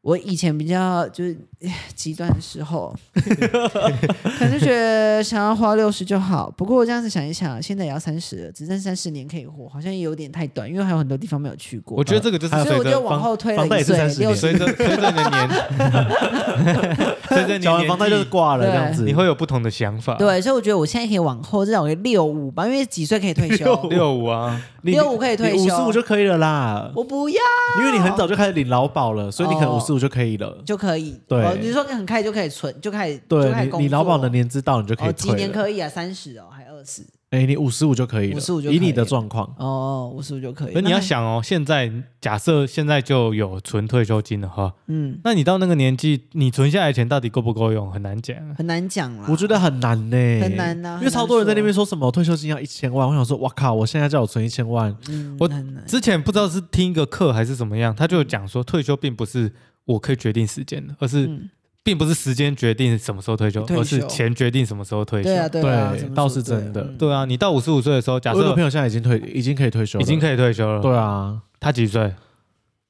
[SPEAKER 3] 我以前比较就是唉极端的时 [LAUGHS] 候，可能就觉得想要花六十就好。不过我这样子想一想，现在也要三十了，只剩三十年可以活，好像也有点太短，因为还有很多地方没有去过。呃
[SPEAKER 1] 我觉得这个就是
[SPEAKER 2] 还有
[SPEAKER 3] 所以
[SPEAKER 1] 随
[SPEAKER 3] 我就
[SPEAKER 1] 着
[SPEAKER 3] 往后推了
[SPEAKER 2] 房贷
[SPEAKER 3] 一
[SPEAKER 2] 也是
[SPEAKER 3] 岁，
[SPEAKER 2] 30年
[SPEAKER 1] [LAUGHS]
[SPEAKER 3] 六
[SPEAKER 1] 随着随着你的年，
[SPEAKER 3] [LAUGHS]
[SPEAKER 1] [LAUGHS] 随着你的
[SPEAKER 2] 缴完房贷就是
[SPEAKER 1] 年纪，
[SPEAKER 2] 挂了这样子，
[SPEAKER 1] 你会有不同的想法。，
[SPEAKER 3] 对，所以我觉得我现在可以往后，至少有六五吧，因为几岁可以退休？
[SPEAKER 1] 六五啊，
[SPEAKER 2] 你
[SPEAKER 3] 六五可以退休
[SPEAKER 2] 五十五就可以了啦，
[SPEAKER 3] 我不要
[SPEAKER 2] 因为你很早就开始领劳保了，所以你可能
[SPEAKER 3] 哦
[SPEAKER 2] 五十五就可以了。
[SPEAKER 3] 就可以。
[SPEAKER 2] 对
[SPEAKER 3] 哦你说很快就可以存，就开始就开
[SPEAKER 2] 对
[SPEAKER 3] 始工
[SPEAKER 2] 你，你劳保
[SPEAKER 3] 作
[SPEAKER 2] 的年资到，你就可以
[SPEAKER 3] 哦，几
[SPEAKER 2] 退
[SPEAKER 3] 年
[SPEAKER 2] 了。
[SPEAKER 3] 可以啊？三十哦，还二十
[SPEAKER 2] 哎，你五十五就可以了，
[SPEAKER 3] 55就
[SPEAKER 2] 以你
[SPEAKER 3] 可以
[SPEAKER 2] 的
[SPEAKER 3] 了
[SPEAKER 2] 状况，
[SPEAKER 3] 哦，五十五就可以。
[SPEAKER 1] 可你
[SPEAKER 3] 那
[SPEAKER 1] 要
[SPEAKER 3] 还
[SPEAKER 1] 想哦，现在假设现在就有存退休金的话，
[SPEAKER 3] 嗯，
[SPEAKER 1] 那你到那个年纪，你存下来的钱到底够不够用，很难讲啊。
[SPEAKER 3] 很难讲啦。
[SPEAKER 2] 我觉得很难呢，
[SPEAKER 3] 很难啊
[SPEAKER 2] 因为超多人在那边说什么退休金要一千万，我想说，哇靠，我现在叫我存一千万，
[SPEAKER 3] 嗯
[SPEAKER 1] 我
[SPEAKER 3] 很难。
[SPEAKER 1] 之前不知道是听一个课还是怎么样，他就讲说退休并不是我可以决定时间的，而是、
[SPEAKER 3] 嗯
[SPEAKER 1] 并不是时间决定什么时候退休，
[SPEAKER 3] 退休
[SPEAKER 1] 而是钱决定什么时候退休。
[SPEAKER 3] 对啊，对啊，
[SPEAKER 2] 对
[SPEAKER 3] 怎么
[SPEAKER 2] 倒
[SPEAKER 3] 说
[SPEAKER 2] 是真的
[SPEAKER 3] 对啊
[SPEAKER 1] 对啊你到五十五岁的时候，假
[SPEAKER 2] 我有个
[SPEAKER 1] 设
[SPEAKER 2] 朋友现在已经退，已经可以退休了，
[SPEAKER 1] 已经可以退休了，
[SPEAKER 2] 对啊，
[SPEAKER 1] 他几岁？啊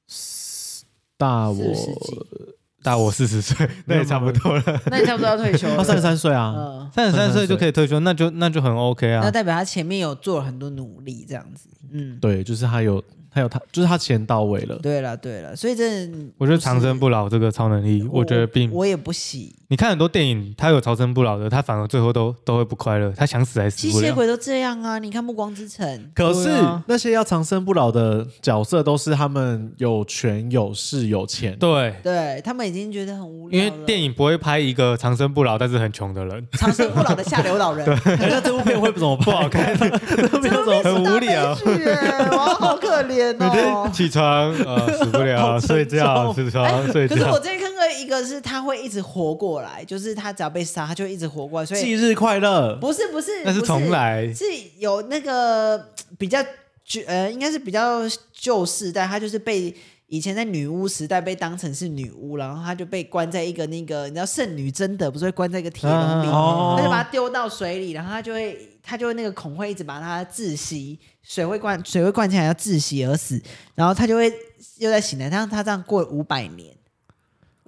[SPEAKER 2] 大
[SPEAKER 3] 嗯
[SPEAKER 2] 我
[SPEAKER 3] 四十几，
[SPEAKER 1] [LAUGHS] 大我四十
[SPEAKER 2] [LAUGHS]
[SPEAKER 1] 岁，那也差不多了。
[SPEAKER 3] 那你差不多要退休了。
[SPEAKER 2] 他三十三岁啊，
[SPEAKER 3] 嗯，
[SPEAKER 1] 三十三
[SPEAKER 2] 33
[SPEAKER 1] 岁
[SPEAKER 2] 岁
[SPEAKER 1] 就可以退休，那就那就很 OK
[SPEAKER 3] 那
[SPEAKER 1] 啊。
[SPEAKER 3] 代表他前面有做了很多努力，这样子。嗯，
[SPEAKER 2] 对，就是他有，他有他，就是他钱到位了，
[SPEAKER 3] 对啊了，对了，所以这
[SPEAKER 1] 我觉得长生不老这个超能力，我觉得并
[SPEAKER 3] 我也不喜。
[SPEAKER 1] 你看很多电影，他有长生不老的，他反而最后都都会不快乐，他想死还死
[SPEAKER 3] 吸
[SPEAKER 1] 不
[SPEAKER 3] 血
[SPEAKER 1] 了。
[SPEAKER 3] 鬼都这样啊！你看《暮光之城
[SPEAKER 2] 可是、
[SPEAKER 1] 对啊
[SPEAKER 2] 那些要长生不老的角色，都是他们有权有势有钱。
[SPEAKER 1] 对》，，
[SPEAKER 3] 对他们已经觉得很无聊
[SPEAKER 1] 因
[SPEAKER 3] 了。
[SPEAKER 1] 为电影不会拍一个长生不老但是很穷的人，
[SPEAKER 3] 《长生不老的下流
[SPEAKER 1] [LAUGHS]
[SPEAKER 3] 老人》
[SPEAKER 2] 哎那这部片会怎么不好看？这部片怎么
[SPEAKER 1] 很无聊。
[SPEAKER 3] 是耶，我好可
[SPEAKER 1] [LAUGHS]
[SPEAKER 3] 怜
[SPEAKER 1] 每天
[SPEAKER 3] 哦。
[SPEAKER 1] 起床呃死不了，
[SPEAKER 2] 好沉
[SPEAKER 1] 睡觉
[SPEAKER 2] 重
[SPEAKER 1] 起 [LAUGHS] 床睡
[SPEAKER 3] 可是我
[SPEAKER 1] 觉，
[SPEAKER 3] 之前看过一个，是他会一直活过来，就是他只要被杀，他就一直活过来，所以
[SPEAKER 2] 忌日快乐，
[SPEAKER 3] 不是不是，
[SPEAKER 1] 那是
[SPEAKER 3] 不
[SPEAKER 1] 重来。
[SPEAKER 3] 是有那个比较旧呃，应该是比较旧世代，他就是被以前在女巫时代被当成是女巫，然后他就被关在一个那个你知道圣女贞德不是会关在一个铁笼里，
[SPEAKER 1] 啊
[SPEAKER 2] 哦
[SPEAKER 3] 他就把它丢到水里，然后他就会他就会那个孔会一直把它窒息，水会灌水会灌起来要窒息而死，然后他就会又在醒来，他他这样过五百年。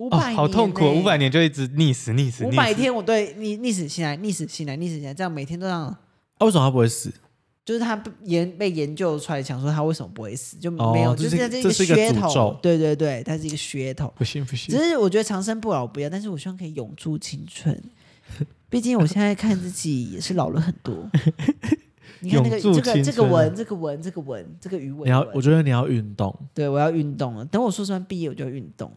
[SPEAKER 3] 五
[SPEAKER 1] 哦
[SPEAKER 3] 百、，
[SPEAKER 1] 好痛苦，五百年就一直溺死溺死
[SPEAKER 3] 五
[SPEAKER 1] 溺
[SPEAKER 3] 百
[SPEAKER 1] 死。
[SPEAKER 3] 天，我对你逆死醒来，逆死醒来，逆死醒来，这样每天都这样
[SPEAKER 2] 啊，为什么他不会死？
[SPEAKER 3] 就是他被研被研究出来，想说他为什么不会死，就
[SPEAKER 2] 哦
[SPEAKER 3] 没有，
[SPEAKER 2] 这
[SPEAKER 3] 就是
[SPEAKER 2] 一
[SPEAKER 3] 是
[SPEAKER 2] 个
[SPEAKER 3] 这
[SPEAKER 2] 这是一个
[SPEAKER 3] 噱
[SPEAKER 2] 诅咒
[SPEAKER 3] 头，对对对，它是一个噱头。
[SPEAKER 1] 不行不行
[SPEAKER 3] 只，是我觉得长生不老不要，但是我希望可以永驻青
[SPEAKER 2] [LAUGHS]
[SPEAKER 3] 春。毕竟我现在看自己也是老了很
[SPEAKER 2] [LAUGHS]
[SPEAKER 3] 多。你看那个
[SPEAKER 1] 永驻
[SPEAKER 3] 这
[SPEAKER 1] 青春
[SPEAKER 3] 个这个纹，这个纹，这个纹，这个鱼尾
[SPEAKER 2] 啊你要，我
[SPEAKER 3] 纹，
[SPEAKER 2] 觉得你要运动， [LAUGHS]
[SPEAKER 3] 对我要运动了。等我硕士班毕业，我就要运动。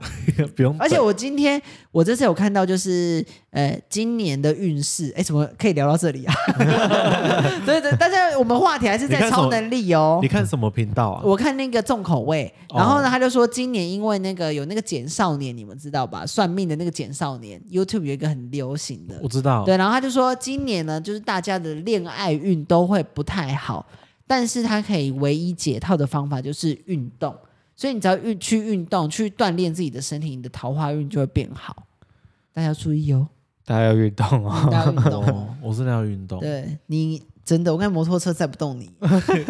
[SPEAKER 2] 不用等。
[SPEAKER 3] 而且我今天我这次有看到，就是呃，今年的运势，哎，怎么可以聊到这里啊？ [LAUGHS] 对对，但是我们话题还是
[SPEAKER 2] 你看
[SPEAKER 3] 在
[SPEAKER 2] 什么
[SPEAKER 3] 超能力哦。
[SPEAKER 2] 你看什么频道啊？
[SPEAKER 3] 我看那个重口味，
[SPEAKER 2] 哦
[SPEAKER 3] 然后呢，他就说今年因为那个有那个简少年，你们知道吧？算命的那个简少年，YouTube 有一个很流行的
[SPEAKER 2] 我，知道，
[SPEAKER 3] 对，然后他就说今年呢，就是大家的恋爱运都会不太好，但是他可以唯一解套的方法就是运动，所以你只要运去运动，去锻炼自己的身体，你的桃花运就会变好。大家要
[SPEAKER 1] [LAUGHS]
[SPEAKER 3] 注意哦，
[SPEAKER 1] 大家要运动哦。 [LAUGHS]
[SPEAKER 3] 大家要运动哦。
[SPEAKER 2] 哦， [LAUGHS] 我真的要运动，
[SPEAKER 3] 对你真的，我看摩托车载不
[SPEAKER 1] [LAUGHS]
[SPEAKER 3] 动你，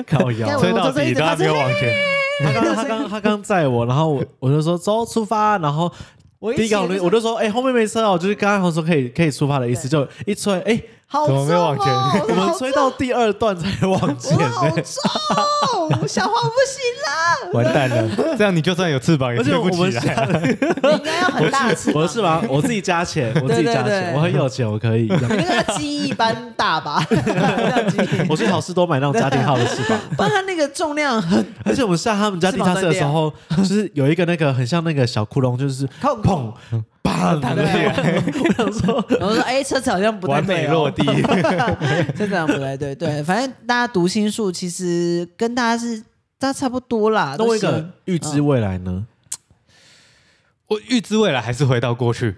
[SPEAKER 2] 靠
[SPEAKER 3] 看
[SPEAKER 2] 腰
[SPEAKER 3] 我。
[SPEAKER 1] 吹到
[SPEAKER 3] 我这
[SPEAKER 1] 底
[SPEAKER 3] 一直
[SPEAKER 1] 都还
[SPEAKER 3] 发
[SPEAKER 1] 没有往前，
[SPEAKER 2] [LAUGHS] 他刚他刚他刚载我，然后我我就说走出发，然后
[SPEAKER 3] 我一
[SPEAKER 2] 第一个我
[SPEAKER 3] 骑
[SPEAKER 2] 就我就说哎后面没车哦，就是刚刚我说可以可以出发的意思，就一吹哎
[SPEAKER 3] 好
[SPEAKER 1] 怎么
[SPEAKER 3] 重
[SPEAKER 1] 没有往前
[SPEAKER 3] 哦，
[SPEAKER 2] 我们
[SPEAKER 3] 好
[SPEAKER 2] 吹到第二段才往前
[SPEAKER 3] 我好
[SPEAKER 2] 呢，
[SPEAKER 3] 重，小黄不行啦，
[SPEAKER 1] 完蛋了！这样你就算有翅膀也
[SPEAKER 2] 而且
[SPEAKER 1] 飞
[SPEAKER 2] 我
[SPEAKER 1] 不起
[SPEAKER 2] 们
[SPEAKER 1] 来。
[SPEAKER 2] 下
[SPEAKER 3] 你应该要很大的翅
[SPEAKER 2] 我
[SPEAKER 3] 膀，
[SPEAKER 2] 的翅膀我自己加钱，我自己加
[SPEAKER 3] 对对
[SPEAKER 2] 钱，
[SPEAKER 3] 对
[SPEAKER 2] 我很有钱，我可以。
[SPEAKER 3] [LAUGHS] 你那个要鸡一般大吧？ [LAUGHS] 要鸡
[SPEAKER 2] 我去好事多买那种家庭号的翅膀，
[SPEAKER 3] 不然它那个重量很
[SPEAKER 2] 而且我们下他们家地下室的时候，就是有一个那个很像那个小窟窿，就是
[SPEAKER 3] 靠 [LAUGHS]
[SPEAKER 2] 砰砰
[SPEAKER 1] 弹出去，
[SPEAKER 2] 我想说，
[SPEAKER 3] 然后说，哎，车子好像不太
[SPEAKER 1] 完美
[SPEAKER 3] 对哦
[SPEAKER 1] 落地，
[SPEAKER 3] 车子好像不太对，对，反正大家读心术其实跟大家是大家差不多啦。
[SPEAKER 2] 啊那嗯
[SPEAKER 3] 都
[SPEAKER 2] 我一
[SPEAKER 3] 喜欢
[SPEAKER 2] 个预知未来呢？
[SPEAKER 1] [LAUGHS] 我预知未来还是回到过去，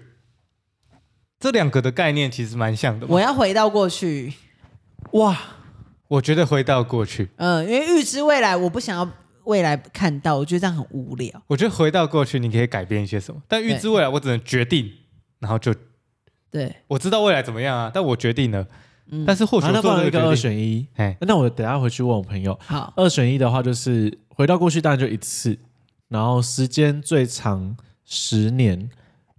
[SPEAKER 1] 这两个的概念其实蛮像的吧。
[SPEAKER 3] 我要回到过去，
[SPEAKER 2] 哇，
[SPEAKER 1] 我觉得回到过去，
[SPEAKER 3] 嗯，因为预知未来，我不想要未来看到，我觉得这样很无聊。
[SPEAKER 1] 我觉得回到过去你可以改变一些什么，但预知未来我只能决定，然后就
[SPEAKER 3] 对，
[SPEAKER 1] 我知道未来怎么样啊，但我决定了，
[SPEAKER 3] 嗯
[SPEAKER 1] 但是或许
[SPEAKER 2] 啊那
[SPEAKER 1] 我
[SPEAKER 2] 不
[SPEAKER 1] 做
[SPEAKER 2] 然
[SPEAKER 1] 这
[SPEAKER 2] 一个
[SPEAKER 1] 个决
[SPEAKER 2] 二
[SPEAKER 1] 定，
[SPEAKER 2] 选一，
[SPEAKER 1] 哎，
[SPEAKER 2] 那我等一下回去问我朋友。
[SPEAKER 3] 好，
[SPEAKER 2] 二选一的话，就是回到过去当然就一次，然后时间最长十年，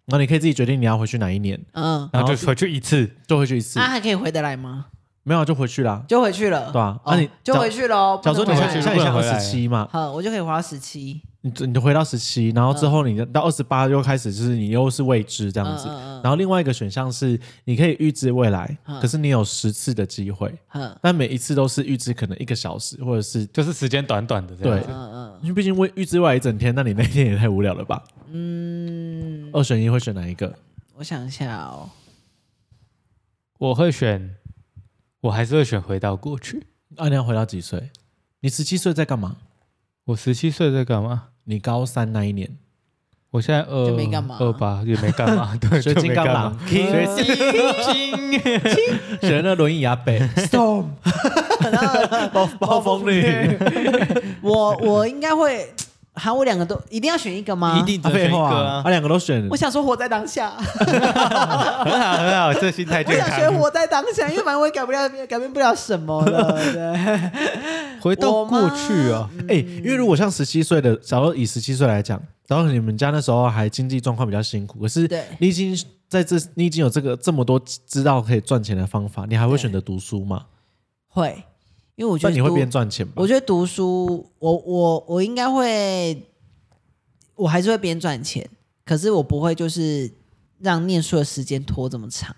[SPEAKER 2] 然后你可以自己决定你要回去哪一年，
[SPEAKER 3] 嗯，啊
[SPEAKER 1] 然后就回去一次，
[SPEAKER 2] 就回去一次，
[SPEAKER 3] 那还可以回得来吗？
[SPEAKER 2] 没有就回去啦。
[SPEAKER 3] 就回去了，
[SPEAKER 2] 对啊
[SPEAKER 3] 哦
[SPEAKER 2] 那你
[SPEAKER 3] 就回去喽。
[SPEAKER 2] 假如说
[SPEAKER 3] 不
[SPEAKER 2] 你
[SPEAKER 3] 能
[SPEAKER 1] 回
[SPEAKER 2] 像
[SPEAKER 1] 去
[SPEAKER 3] 回来
[SPEAKER 2] 像
[SPEAKER 1] 不能
[SPEAKER 2] 你像二
[SPEAKER 1] 回来
[SPEAKER 2] 十七嘛，
[SPEAKER 3] 好，我就可以滑到十七，
[SPEAKER 2] 你你就回到十七，然后之后你到二十八又开始就是你又是未知这
[SPEAKER 3] 这
[SPEAKER 2] 样子。
[SPEAKER 3] 嗯
[SPEAKER 2] 然后另外一个选项是你可以预知未来，
[SPEAKER 3] 嗯
[SPEAKER 2] 可是你有十次的机会，
[SPEAKER 3] 嗯
[SPEAKER 2] 但每一次都是预知可能一个小时或者是。
[SPEAKER 1] 就是时间短短的这样
[SPEAKER 3] 嗯
[SPEAKER 1] 子。
[SPEAKER 3] 嗯
[SPEAKER 2] 因为毕竟未预知未来一整天，那你那天也太无聊了吧？
[SPEAKER 3] 嗯，
[SPEAKER 2] 二选一会选哪一个？
[SPEAKER 3] 我想一下哦，
[SPEAKER 1] 我会选，我还是会选回到过去。
[SPEAKER 2] 啊，你要回到几岁？你十七岁在干嘛？
[SPEAKER 1] 我十七岁在干嘛？
[SPEAKER 2] 你高三那一
[SPEAKER 1] [LAUGHS]
[SPEAKER 2] 年，
[SPEAKER 1] 我现在二
[SPEAKER 3] 就没干嘛
[SPEAKER 1] 二八也没干
[SPEAKER 3] [LAUGHS]
[SPEAKER 1] 嘛，对，
[SPEAKER 2] 学
[SPEAKER 1] 就
[SPEAKER 2] 金
[SPEAKER 1] 没
[SPEAKER 2] 刚
[SPEAKER 1] 干
[SPEAKER 2] 狼
[SPEAKER 1] 嘛。，
[SPEAKER 2] [LAUGHS] 学金学那轮椅啊
[SPEAKER 1] [LAUGHS]
[SPEAKER 2] 阿北 [LAUGHS] ，storm 暴暴风雨，
[SPEAKER 3] 我我应该会，好，我两个都一定要 [LAUGHS] 选一个吗？
[SPEAKER 1] 一定
[SPEAKER 2] 啊
[SPEAKER 1] 只能选
[SPEAKER 2] 废
[SPEAKER 1] 一个
[SPEAKER 2] 话
[SPEAKER 1] 啊
[SPEAKER 2] 啊，啊，两个都选
[SPEAKER 3] 我，想说活在当下，
[SPEAKER 1] [LAUGHS] 很好很好，这心态
[SPEAKER 3] [LAUGHS] 我
[SPEAKER 1] 健
[SPEAKER 3] 想学
[SPEAKER 1] 康。
[SPEAKER 3] 活在当下，因为反正我也改不了，改变不了什么了。对，
[SPEAKER 1] 回到过去
[SPEAKER 3] 我
[SPEAKER 1] 啊，
[SPEAKER 2] 哎、因为如果像十七岁的，假如以十七岁来讲，然后你们家那时候还经济状况比较辛苦，可是
[SPEAKER 3] 对
[SPEAKER 2] 你已经在这，你已经有这个这么多知道可以赚钱的方法，你还会
[SPEAKER 3] 对
[SPEAKER 2] 选择读书吗？
[SPEAKER 3] 会，因为我觉
[SPEAKER 2] 那
[SPEAKER 3] 得
[SPEAKER 2] 你会
[SPEAKER 3] 读
[SPEAKER 2] 变赚钱吧
[SPEAKER 3] 我？觉得读书，我我我应该会，我还是会边赚钱，可是我不会就是让念书的时间拖这么长。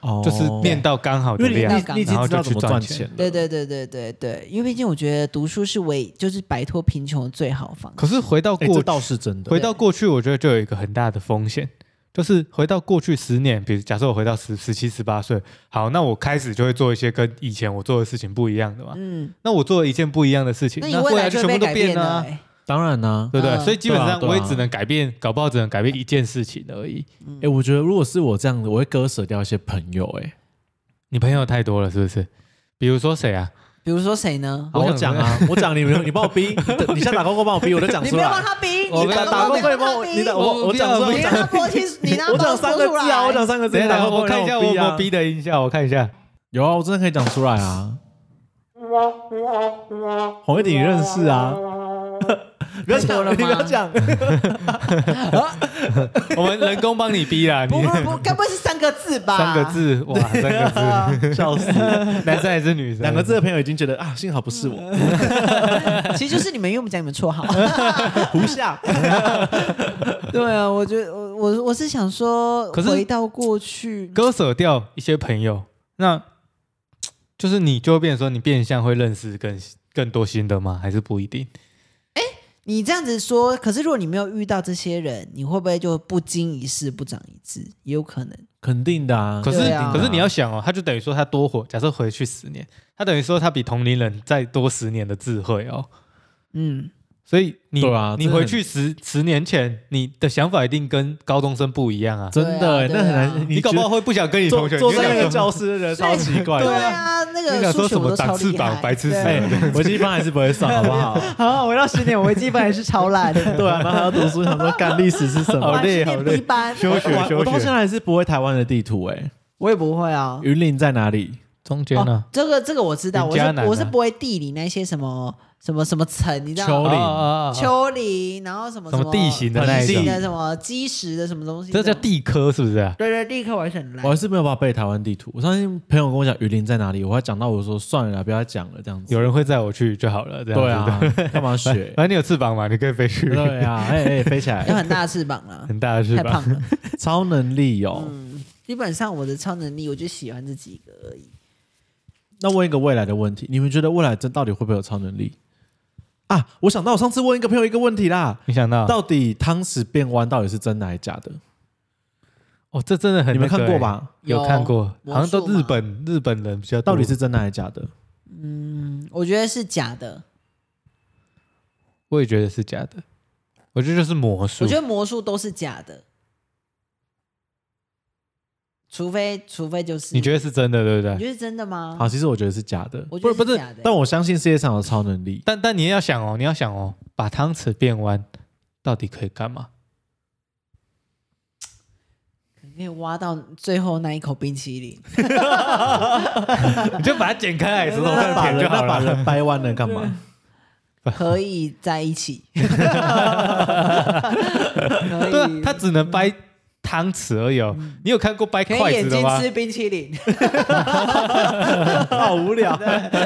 [SPEAKER 2] 哦
[SPEAKER 1] 就是念，到刚好
[SPEAKER 2] 因
[SPEAKER 1] 的
[SPEAKER 2] 为你
[SPEAKER 1] 量
[SPEAKER 3] 到，
[SPEAKER 2] 你
[SPEAKER 3] 刚
[SPEAKER 2] 你已经
[SPEAKER 1] 好
[SPEAKER 2] 知道怎么赚哦
[SPEAKER 1] 然后就去赚钱
[SPEAKER 2] 了，
[SPEAKER 3] 对对对对对对，因为毕竟我觉得读书是唯就是摆脱贫穷的最好方式。
[SPEAKER 1] 可是回到
[SPEAKER 2] 哎、
[SPEAKER 1] 过
[SPEAKER 2] 这
[SPEAKER 1] 去
[SPEAKER 2] 倒是真的
[SPEAKER 1] 回。到过去，我觉得就有一个很大的风险，就是回到过去十年，比如假设我回到十十七、十八岁，好，那我开始就会做一些跟以前我做的事情不一样的嘛。
[SPEAKER 3] 嗯，
[SPEAKER 1] 那我做了一件不一样的事情，
[SPEAKER 3] 那你
[SPEAKER 1] 那
[SPEAKER 3] 未
[SPEAKER 1] 来
[SPEAKER 3] 来
[SPEAKER 1] 就
[SPEAKER 3] 就
[SPEAKER 1] 全
[SPEAKER 3] 会
[SPEAKER 1] 部都
[SPEAKER 3] 被改变
[SPEAKER 1] 变了
[SPEAKER 3] 了
[SPEAKER 1] 啊、
[SPEAKER 3] 欸、
[SPEAKER 2] 当然呢、
[SPEAKER 1] 对不对？
[SPEAKER 3] 嗯
[SPEAKER 1] 所以基本
[SPEAKER 2] 对啊
[SPEAKER 1] 上
[SPEAKER 2] 对啊
[SPEAKER 1] 我也只能改变，搞不好只能改变一件事情而已。
[SPEAKER 2] 哎、我觉得如果是我这样子，我会割舍掉一些朋友、哎，
[SPEAKER 1] 你朋友太多了，是不是？比如说谁啊？
[SPEAKER 3] 比如说谁呢？
[SPEAKER 2] 好
[SPEAKER 1] 我
[SPEAKER 2] 我
[SPEAKER 1] 想
[SPEAKER 2] 讲啊，我讲你，你帮我逼，你你像打工过帮我逼，我就讲
[SPEAKER 3] 你
[SPEAKER 2] 出
[SPEAKER 3] 不要帮
[SPEAKER 2] 来。
[SPEAKER 3] 他逼，
[SPEAKER 1] 我
[SPEAKER 3] 你
[SPEAKER 1] 不要
[SPEAKER 3] 打
[SPEAKER 2] 打
[SPEAKER 3] 工
[SPEAKER 2] 工
[SPEAKER 3] 你
[SPEAKER 2] 可以
[SPEAKER 3] 帮
[SPEAKER 2] 帮
[SPEAKER 3] 他
[SPEAKER 2] 我，
[SPEAKER 3] 逼，
[SPEAKER 2] 你打我
[SPEAKER 1] 我
[SPEAKER 2] 我
[SPEAKER 1] 不
[SPEAKER 2] 讲
[SPEAKER 1] 要
[SPEAKER 2] 出来，
[SPEAKER 1] 不
[SPEAKER 3] 你
[SPEAKER 1] 要
[SPEAKER 3] 让他拨清，
[SPEAKER 2] [LAUGHS]
[SPEAKER 3] 你让
[SPEAKER 2] 我
[SPEAKER 3] 他
[SPEAKER 2] 讲三个
[SPEAKER 3] 拨出
[SPEAKER 2] 字啊，
[SPEAKER 3] 来。
[SPEAKER 2] 我讲三个字，
[SPEAKER 1] 等一
[SPEAKER 2] 打
[SPEAKER 1] 下，
[SPEAKER 2] 工
[SPEAKER 1] 我看一下我有没有
[SPEAKER 2] 逼啊
[SPEAKER 1] 逼的啊音效，我看一下。
[SPEAKER 2] 有啊，我真的可以讲出来啊。黄一鼎你认识啊？不要讲
[SPEAKER 3] 太久了
[SPEAKER 2] [LAUGHS] 你
[SPEAKER 3] 吗
[SPEAKER 2] 不要讲。
[SPEAKER 1] 我们人工帮你逼啦，你 [LAUGHS]
[SPEAKER 3] 不不不，该不会是三个字吧？
[SPEAKER 1] 三个字，
[SPEAKER 3] [LAUGHS]
[SPEAKER 1] 哇，三个字，
[SPEAKER 3] 啊
[SPEAKER 2] 笑死！
[SPEAKER 1] 男生还是女生？
[SPEAKER 2] [LAUGHS] 两个字的朋友已经觉得啊，幸好不是我。
[SPEAKER 3] 其实就是你们，因为我们讲你们绰号。
[SPEAKER 2] 胡夏，
[SPEAKER 3] 对啊，我觉得我我我是想说，
[SPEAKER 1] 可是
[SPEAKER 3] 回到过去，
[SPEAKER 1] 割舍掉一些朋友，那就是你就会变成说你变相会认识更更多新的吗？还是不一定？
[SPEAKER 3] 你这样子说，可是如果你没有遇到这些人，你会不会就不经一事不长一智？也有可能。
[SPEAKER 2] 肯定的啊。
[SPEAKER 1] 可是、
[SPEAKER 3] 对啊
[SPEAKER 1] 可是你要想哦，他就等于说他多活，假设回去十年，他等于说他比同龄人再多十年的智慧哦。
[SPEAKER 3] 嗯，
[SPEAKER 1] 所以你、
[SPEAKER 2] 对啊
[SPEAKER 1] 你
[SPEAKER 2] 这很
[SPEAKER 1] 回去十十年前，你的想法一定跟高中生不一样啊。
[SPEAKER 2] 真的欸，
[SPEAKER 3] 对
[SPEAKER 2] 那
[SPEAKER 3] 啊
[SPEAKER 2] 很
[SPEAKER 3] 对啊
[SPEAKER 2] 难。
[SPEAKER 1] 你搞
[SPEAKER 2] 觉
[SPEAKER 1] 不好
[SPEAKER 2] 得
[SPEAKER 1] 会不想跟你
[SPEAKER 2] 坐
[SPEAKER 1] 同学，
[SPEAKER 2] 坐
[SPEAKER 1] 你就
[SPEAKER 2] 在
[SPEAKER 1] 想
[SPEAKER 2] 那
[SPEAKER 1] 说
[SPEAKER 2] 个教室的人超奇怪
[SPEAKER 3] 对
[SPEAKER 2] 的。
[SPEAKER 3] 啊，那
[SPEAKER 1] 你
[SPEAKER 3] 个
[SPEAKER 1] 想
[SPEAKER 3] 数
[SPEAKER 1] 说
[SPEAKER 3] 学
[SPEAKER 1] 什
[SPEAKER 3] 我
[SPEAKER 1] 么
[SPEAKER 3] 都超
[SPEAKER 1] 长翅
[SPEAKER 3] 厉
[SPEAKER 1] 膀、
[SPEAKER 3] 害。
[SPEAKER 1] 白痴死
[SPEAKER 2] 哎
[SPEAKER 1] 了？，
[SPEAKER 2] 微积分还是不会算，好不好？
[SPEAKER 3] 好，回到十哦年，我微积分还是超烂。
[SPEAKER 2] 对啊，然后还要读书，想说干历史是什
[SPEAKER 1] [LAUGHS] 好
[SPEAKER 2] 么？
[SPEAKER 1] 累
[SPEAKER 3] 我还是
[SPEAKER 1] 好
[SPEAKER 3] 念
[SPEAKER 1] 累
[SPEAKER 3] B 班，
[SPEAKER 1] 休学
[SPEAKER 2] 我
[SPEAKER 1] 休
[SPEAKER 2] 我到现在
[SPEAKER 1] 学，
[SPEAKER 2] 还是不会台湾的地图哎。
[SPEAKER 3] 我也不会啊。
[SPEAKER 2] 云林在哪里？
[SPEAKER 1] 中间
[SPEAKER 2] 啊
[SPEAKER 1] 呢、
[SPEAKER 3] 这个这个我知道，
[SPEAKER 1] 云
[SPEAKER 3] 我
[SPEAKER 1] 嘉
[SPEAKER 3] 是
[SPEAKER 1] 南啊
[SPEAKER 3] 我是不会地理那些什么什么什么层，你知道
[SPEAKER 2] 丘
[SPEAKER 3] 吗？
[SPEAKER 2] 陵
[SPEAKER 1] 啊
[SPEAKER 3] 丘陵，然后什么
[SPEAKER 1] 什么地形的
[SPEAKER 2] 那一
[SPEAKER 3] 地形
[SPEAKER 2] 种
[SPEAKER 3] 的什么基石的什么东西，
[SPEAKER 1] 这叫
[SPEAKER 3] 种。
[SPEAKER 1] 地科是不是啊？
[SPEAKER 3] 对对，立刻完全烂
[SPEAKER 2] 我。还是没有办法背台湾地图。我相信朋友跟我讲榆林在哪里，我还讲到我说算了啦，不要讲了这样子。
[SPEAKER 1] 有人会载我去就好了，这样子
[SPEAKER 2] 对，啊，干嘛学？
[SPEAKER 1] [LAUGHS] 反正你有翅膀嘛，你可以飞去。
[SPEAKER 2] 对啊，哎、哎、飞
[SPEAKER 3] [LAUGHS]
[SPEAKER 2] 起
[SPEAKER 3] 有
[SPEAKER 2] 来，
[SPEAKER 3] 很大的翅膀了，
[SPEAKER 1] 很大的翅
[SPEAKER 3] 太
[SPEAKER 1] 膀
[SPEAKER 3] 胖，了。
[SPEAKER 2] 超能力哦有、
[SPEAKER 3] 嗯，基本上我的超能力，我就喜欢这几个而已。
[SPEAKER 2] 那问一个未来的问题，你们觉得未来这到底会不会有超能力啊？我想到我上次问一个朋友一个问题啦，
[SPEAKER 1] 没想到
[SPEAKER 2] 到底汤匙变弯到底是真的还是假的？
[SPEAKER 1] 哦，这真的很
[SPEAKER 2] 你
[SPEAKER 1] 那
[SPEAKER 2] 们
[SPEAKER 1] 个欸
[SPEAKER 2] 看过？吧？
[SPEAKER 1] 有看过，
[SPEAKER 3] 有
[SPEAKER 1] 好像都
[SPEAKER 3] 魔术嘛
[SPEAKER 1] 日本日本人比较多。
[SPEAKER 2] 到底是真的还是假的？
[SPEAKER 3] 嗯，我觉得是假的。
[SPEAKER 1] 我也觉得是假的，我觉得就是魔术。
[SPEAKER 3] 我觉得魔术都是假的，除非除非就是
[SPEAKER 1] 你觉
[SPEAKER 3] 得
[SPEAKER 1] 得是真的，对不
[SPEAKER 3] 你
[SPEAKER 1] 对？
[SPEAKER 3] 觉得是真的吗？
[SPEAKER 2] 啊好，其实我觉得是假的，
[SPEAKER 3] 我觉
[SPEAKER 1] 不是不
[SPEAKER 3] 得
[SPEAKER 1] 是
[SPEAKER 3] 假的欸。
[SPEAKER 2] 但我相信世界上有超能力。
[SPEAKER 1] 但但你也要想哦，你要想哦，把汤匙变弯到底可以干
[SPEAKER 3] [LAUGHS]
[SPEAKER 1] 嘛？
[SPEAKER 3] 你可以挖到最后那一口冰
[SPEAKER 1] [LAUGHS]
[SPEAKER 3] 淇淋，
[SPEAKER 1] 你就把它剪开来，石头
[SPEAKER 2] 那
[SPEAKER 1] 上
[SPEAKER 2] 把
[SPEAKER 1] 舔
[SPEAKER 2] 人
[SPEAKER 1] 就
[SPEAKER 2] 那
[SPEAKER 1] 好
[SPEAKER 2] 把
[SPEAKER 1] 了。
[SPEAKER 2] 人掰弯了干嘛？
[SPEAKER 3] 可以在
[SPEAKER 1] [LAUGHS]
[SPEAKER 3] 一起，可
[SPEAKER 1] 对啊
[SPEAKER 3] 以，，
[SPEAKER 1] 他只能掰汤匙而已哦。你有看过掰
[SPEAKER 3] 嗯可以
[SPEAKER 1] 筷
[SPEAKER 3] 眼
[SPEAKER 1] 子
[SPEAKER 3] 睛
[SPEAKER 1] 的吗？
[SPEAKER 3] 吃冰淇淋，
[SPEAKER 2] 好无
[SPEAKER 3] [LAUGHS]
[SPEAKER 2] 聊，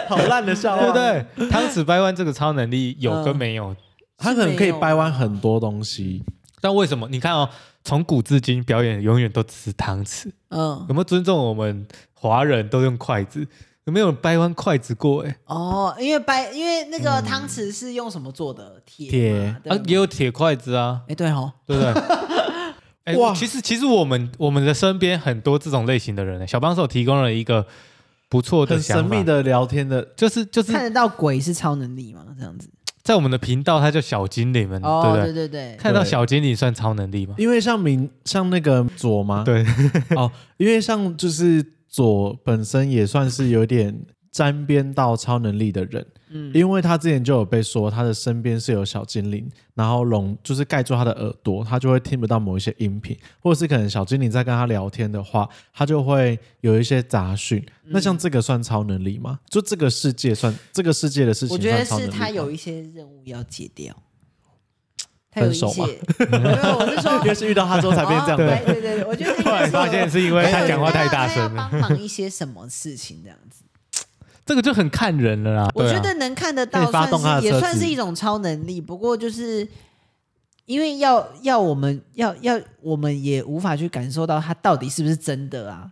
[SPEAKER 2] 好烂的笑
[SPEAKER 1] [LAUGHS] 对不对？汤匙掰弯这个超能力有跟没有？
[SPEAKER 2] 他可能可以掰弯很多东西，
[SPEAKER 1] 但为什么？你看哦，从古至今表演永远都只是汤匙，
[SPEAKER 3] 嗯，
[SPEAKER 1] 有没有尊重我们华人都用筷子？有没有人掰弯筷子过、欸？
[SPEAKER 3] 哦，因为白，因为那个汤匙是用什么做的？铁嘛
[SPEAKER 1] 啊，也
[SPEAKER 3] 对吗，
[SPEAKER 1] 有铁筷子啊，
[SPEAKER 3] 哎，对哦，
[SPEAKER 1] 对不对？哎、
[SPEAKER 2] 哇
[SPEAKER 1] 其实其实我们我们的身边很多这种类型的人、欸，小帮手提供了一个不错的
[SPEAKER 2] 很
[SPEAKER 1] 想
[SPEAKER 2] 神
[SPEAKER 1] 法，
[SPEAKER 2] 秘的聊天的，
[SPEAKER 1] 就是就是
[SPEAKER 3] 看得到鬼是超能力嘛？这样子，
[SPEAKER 1] 在我们的频道，它叫小精灵们，嗯对
[SPEAKER 3] 哦，
[SPEAKER 1] 不
[SPEAKER 3] 对
[SPEAKER 1] 对？
[SPEAKER 3] 对对，
[SPEAKER 1] 看到
[SPEAKER 2] 对
[SPEAKER 1] 小精灵算超能力吗？
[SPEAKER 2] 因为像明像那个左嘛，
[SPEAKER 1] 对，
[SPEAKER 2] [LAUGHS] 哦，因为像就是左本身也算是有点沾边到超能力的人，
[SPEAKER 3] 嗯，
[SPEAKER 2] 因为他之前就有被说他的身边是有小精灵，然后笼就是盖住他的耳朵，他就会听不到某一些音频，或者是可能小精灵在跟他聊天的话，他就会有一些杂讯。那像这个算超能力吗？就这个世界算这个世界的事情
[SPEAKER 3] 我觉得
[SPEAKER 2] 算超能
[SPEAKER 3] 是
[SPEAKER 2] 力吗？
[SPEAKER 3] 他有一些任务要
[SPEAKER 2] [LAUGHS]
[SPEAKER 3] 解掉，他有一
[SPEAKER 2] 分手
[SPEAKER 3] 些，
[SPEAKER 2] 吗
[SPEAKER 3] [LAUGHS] 没有，我是说
[SPEAKER 2] [LAUGHS] 因为是遇到他之后才变这样
[SPEAKER 3] 哦
[SPEAKER 2] 的。
[SPEAKER 3] 对对对，我觉得
[SPEAKER 1] 后来发现是因为他讲话太大声
[SPEAKER 3] 了，
[SPEAKER 1] 了，
[SPEAKER 3] 帮忙一些什么事情这样子。
[SPEAKER 1] 这个就很看人了啦。
[SPEAKER 3] 我
[SPEAKER 1] 对啊
[SPEAKER 3] 觉得能看得
[SPEAKER 2] 可
[SPEAKER 3] 到，
[SPEAKER 2] 以发
[SPEAKER 3] 算
[SPEAKER 2] 动他的
[SPEAKER 3] 是也
[SPEAKER 2] 车
[SPEAKER 3] 算
[SPEAKER 2] 子
[SPEAKER 3] 是一种超能力。不过就是因为要要我们要要我们也无法去感受到他到底是不是真的啊。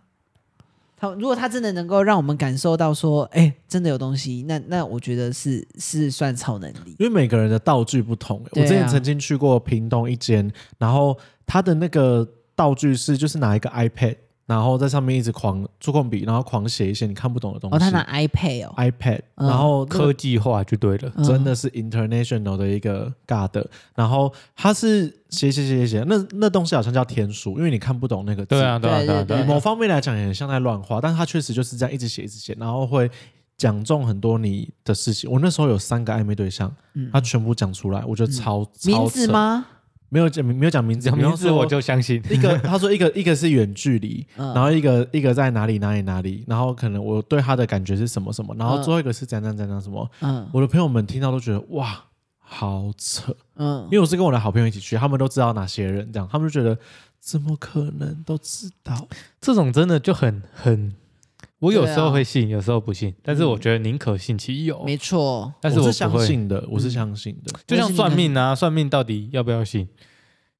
[SPEAKER 3] 他如果他真的能够让我们感受到说，哎、真的有东西，那那我觉得是是算超能力。
[SPEAKER 2] 因为每个人的道具不同、
[SPEAKER 3] 对啊
[SPEAKER 2] 我之前曾经去过屏东一间，然后他的那个道具是就是拿一个 iPad，然后在上面一直狂触控笔，然后狂写一些你看不懂的东西。
[SPEAKER 3] 哦，他拿 iPad 哦，
[SPEAKER 2] iPad，、
[SPEAKER 3] 嗯
[SPEAKER 2] 然后那个
[SPEAKER 1] 科技化就对了，
[SPEAKER 3] 嗯
[SPEAKER 2] 真的是 international 的一个尬的，然后他是写写写写写，那那东西好像叫天书，因为你看不懂那个字。
[SPEAKER 1] 对啊，对啊，
[SPEAKER 3] 对
[SPEAKER 1] 对啊，
[SPEAKER 3] 对
[SPEAKER 1] 对
[SPEAKER 2] 以
[SPEAKER 1] 啊
[SPEAKER 3] 对
[SPEAKER 2] 某方面来讲也很像在乱画，但是他确实就是这样一直写一直写，然后会讲中很多你的事情。我那时候有三个暧昧对象，他全部讲出来，我觉得超、超
[SPEAKER 3] 嗯名字
[SPEAKER 2] 扯？
[SPEAKER 3] 吗？
[SPEAKER 2] 没有讲没有讲名字，
[SPEAKER 1] 讲名
[SPEAKER 2] 比
[SPEAKER 1] 字
[SPEAKER 2] 方说
[SPEAKER 1] 我就相信。
[SPEAKER 2] 一个， [LAUGHS] 他说一个一个是远距离，
[SPEAKER 3] 嗯
[SPEAKER 2] 然后一个一个在哪里哪里哪里，然后可能我对他的感觉是什么什么，然后
[SPEAKER 3] 嗯
[SPEAKER 2] 最后一个是怎样怎样怎样什么。
[SPEAKER 3] 嗯
[SPEAKER 2] 我的朋友们听到都觉得哇，好扯，
[SPEAKER 3] 嗯
[SPEAKER 2] 因，为我是跟我的好朋友一起去，他们都知道哪些人，这样他们就觉得怎么可能都知道？
[SPEAKER 1] [LAUGHS] 这种真的就很很，我有时
[SPEAKER 3] 对啊
[SPEAKER 1] 候会信，有时候不信，但是我觉得宁可信其有，
[SPEAKER 3] 没错，
[SPEAKER 1] 但是
[SPEAKER 2] 嗯我
[SPEAKER 1] 我
[SPEAKER 2] 是
[SPEAKER 1] 不
[SPEAKER 2] 相
[SPEAKER 1] 会。
[SPEAKER 2] 信的，我是相信的。
[SPEAKER 1] 就像算命啊，算命到底要不要信？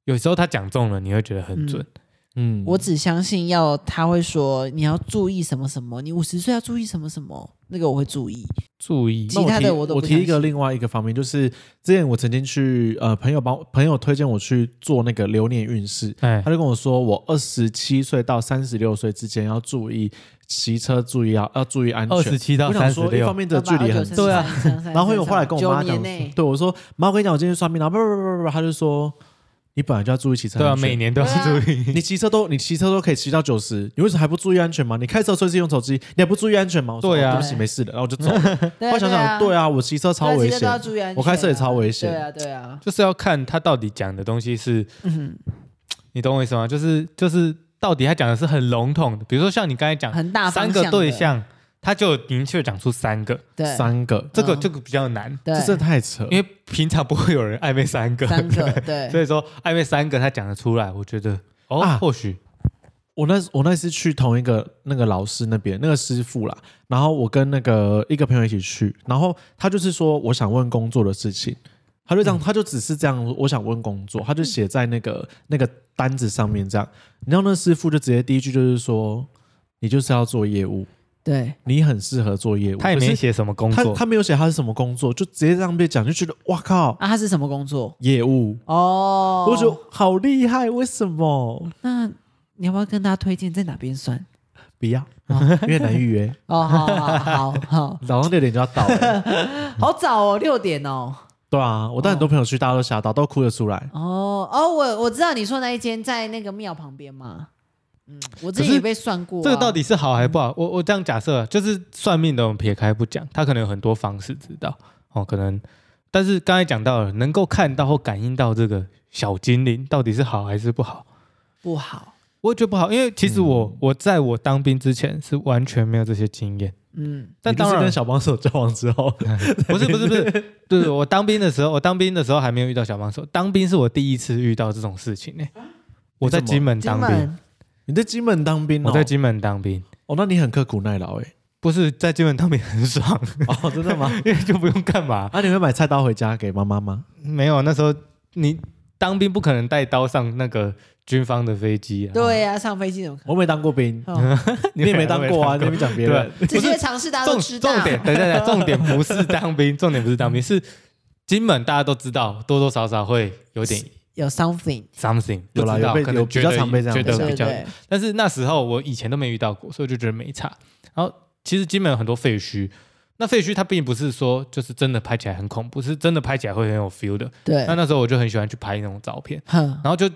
[SPEAKER 1] 有时候他讲中了，你会觉得很准。
[SPEAKER 2] 嗯，
[SPEAKER 3] 我只相信要他会说你要注意什么什么，你五十岁要注意什么什么，那个我会注意。
[SPEAKER 1] 注意，
[SPEAKER 3] 其他的
[SPEAKER 2] 那
[SPEAKER 3] 我
[SPEAKER 2] 我提我
[SPEAKER 3] 都不
[SPEAKER 2] 提一
[SPEAKER 3] 相
[SPEAKER 2] 个
[SPEAKER 3] 信
[SPEAKER 2] 另外一个方面，就是之前我曾经去呃朋友帮朋友推荐我去做那个流年运势，
[SPEAKER 1] 哎
[SPEAKER 2] 他，就跟我说我二十七岁到三十六岁之间要注意骑车，注意要要注意安
[SPEAKER 1] 二
[SPEAKER 2] 全
[SPEAKER 1] 十。七到
[SPEAKER 2] 我想
[SPEAKER 1] 三十
[SPEAKER 2] 说一方
[SPEAKER 1] 六，
[SPEAKER 2] 面这个距离很
[SPEAKER 1] 对啊，
[SPEAKER 2] 然后因为我后来跟我妈讲
[SPEAKER 3] 九年，内
[SPEAKER 2] 对我说：“妈，我跟你讲，我今天去算命，然后不不不不不，她就说你本来就要注意骑车
[SPEAKER 1] 对啊，
[SPEAKER 2] 安全，
[SPEAKER 1] 每年都要注意。
[SPEAKER 2] 你骑车都你骑车都可以骑到九十，你为什么还不注意安全吗？你开车随时用手机，你还不注意安全吗？我说
[SPEAKER 1] 对啊
[SPEAKER 2] 哦对不起，没事的，然后我就
[SPEAKER 1] [LAUGHS]
[SPEAKER 2] 走了。
[SPEAKER 3] 对
[SPEAKER 2] 后
[SPEAKER 3] 啊
[SPEAKER 2] 来想想，对啊，我骑车超危
[SPEAKER 3] 对啊骑车都要
[SPEAKER 2] 险，
[SPEAKER 3] 注意安全啊
[SPEAKER 2] 我开车也超危险
[SPEAKER 3] 对啊，对啊，
[SPEAKER 1] 就是要看他到底讲的东西是，
[SPEAKER 3] 嗯，
[SPEAKER 1] 你懂我意思吗？就是就是，到底他讲的是很笼统的，比如说像你刚才讲
[SPEAKER 3] 很大
[SPEAKER 1] 三
[SPEAKER 3] 方向的
[SPEAKER 1] 个对，象，他就明确讲出三个，
[SPEAKER 3] 对，
[SPEAKER 2] 三个，
[SPEAKER 1] 这个
[SPEAKER 3] 嗯
[SPEAKER 1] 这个比较难，
[SPEAKER 3] 对
[SPEAKER 2] 这真的太扯。
[SPEAKER 1] 因为平常不会有人暧昧三个，
[SPEAKER 3] 三个，
[SPEAKER 1] 所
[SPEAKER 2] [LAUGHS]
[SPEAKER 3] 对，
[SPEAKER 1] 以说暧昧三个他讲得出来，我觉得哦，
[SPEAKER 2] 啊
[SPEAKER 1] 或许
[SPEAKER 2] 我那我那次去同一个那个老师那边那个师傅啦，然后我跟那个一个朋友一起去，然后他就是说我想问工作的事情，他
[SPEAKER 1] 嗯
[SPEAKER 2] 就这样，他就只是这样，我想问工作，他就写在那个那个单子上面这样，然后那师傅就直接第一句就是说你就是要做业务，
[SPEAKER 3] 对，
[SPEAKER 2] 你很适合做业务，
[SPEAKER 1] 他也
[SPEAKER 2] 可
[SPEAKER 1] 没
[SPEAKER 2] 是
[SPEAKER 1] 写什么工
[SPEAKER 2] 他
[SPEAKER 1] 作，
[SPEAKER 2] 他没有写他是什么工作，就直接这样被讲，就觉得哇靠，
[SPEAKER 3] 啊，他是什么工作？
[SPEAKER 2] 业务，
[SPEAKER 3] 哦，
[SPEAKER 2] 我就觉得好厉害，为什么
[SPEAKER 3] 那你要不要跟大家推荐在哪边算？
[SPEAKER 2] 不 [LAUGHS] 要？因为难预约，
[SPEAKER 3] 哦，好好好
[SPEAKER 1] [LAUGHS]
[SPEAKER 3] 好，
[SPEAKER 2] 早上六点就要到了。
[SPEAKER 3] 好早哦，六点哦，
[SPEAKER 2] [LAUGHS] 对啊，我带很多朋友去，大家都吓到，都哭得出来。
[SPEAKER 3] 哦哦，我我知道你说那一间在那个庙旁边嘛，嗯，我之
[SPEAKER 1] 可
[SPEAKER 3] 前
[SPEAKER 1] 是
[SPEAKER 3] 也被算过啊，
[SPEAKER 1] 这个到底是好还不好？我我这样假设啊，就是算命的我们撇开不讲，他可能有很多方式知道哦，可能，但是刚才讲到了，能够看到或感应到这个小精灵到底是好还是不好，
[SPEAKER 3] 不好，
[SPEAKER 1] 我也觉得不好，因为其实我、
[SPEAKER 3] 嗯
[SPEAKER 1] 我在我当兵之前是完全没有这些经验，
[SPEAKER 3] 嗯，
[SPEAKER 1] 但
[SPEAKER 2] 你就
[SPEAKER 1] 当
[SPEAKER 2] 是
[SPEAKER 1] 然
[SPEAKER 2] 跟小帮手交往之 [LAUGHS] 后，
[SPEAKER 1] [LAUGHS] 不是不是不是，对对我当兵的时候，我当兵的时候还没有遇到小帮手，当兵是我第一次遇到这种事情呢、我在
[SPEAKER 2] 你怎么
[SPEAKER 1] 金门嗯
[SPEAKER 3] 金
[SPEAKER 1] 当兵，
[SPEAKER 3] 门
[SPEAKER 2] 你在金门当兵哦，
[SPEAKER 1] 我在金门当兵，
[SPEAKER 2] 哦，那你很刻苦耐劳哎。
[SPEAKER 1] 不是在金门当兵很爽，
[SPEAKER 2] [LAUGHS]
[SPEAKER 1] [LAUGHS]
[SPEAKER 2] 哦，真的吗？
[SPEAKER 1] 因为就不用干嘛。
[SPEAKER 2] [LAUGHS] 啊，你会买菜刀回家给妈妈 [LAUGHS] 吗？
[SPEAKER 1] 没有，那时候你当兵不可能带刀上那个军方的飞机啊。
[SPEAKER 3] 对
[SPEAKER 1] [LAUGHS]
[SPEAKER 3] 呀、上飞机怎么可
[SPEAKER 2] 我没当过兵，
[SPEAKER 3] 能？
[SPEAKER 1] 嗯
[SPEAKER 3] 哦
[SPEAKER 2] 你也没当过啊，你也没讲别人。
[SPEAKER 3] 这些常识大家都
[SPEAKER 1] 重
[SPEAKER 3] 知道。
[SPEAKER 1] 重点，等一下，等一下重点不是当兵，重点不是当兵，是金门大家都知道，多多少少会有点
[SPEAKER 3] 有 something，
[SPEAKER 1] something，
[SPEAKER 2] 有啦
[SPEAKER 1] 不知道
[SPEAKER 2] 有被
[SPEAKER 1] 可能
[SPEAKER 2] 有
[SPEAKER 1] 觉
[SPEAKER 2] 比较
[SPEAKER 1] 得
[SPEAKER 2] 常被这样
[SPEAKER 1] 觉
[SPEAKER 2] 对
[SPEAKER 1] 得
[SPEAKER 3] 对
[SPEAKER 1] 比
[SPEAKER 3] 对
[SPEAKER 1] 较，
[SPEAKER 3] 对，
[SPEAKER 1] 但是那时候我以前都没遇到过，所以我就觉得没差。然后其实金门有很多废墟。那废墟它并不是说就是真的拍起来很恐怖，是真的拍起来会很有 feel 的。
[SPEAKER 3] 对
[SPEAKER 1] 那那时候我就很喜欢去拍那种照片，
[SPEAKER 3] 哼，
[SPEAKER 1] 然后就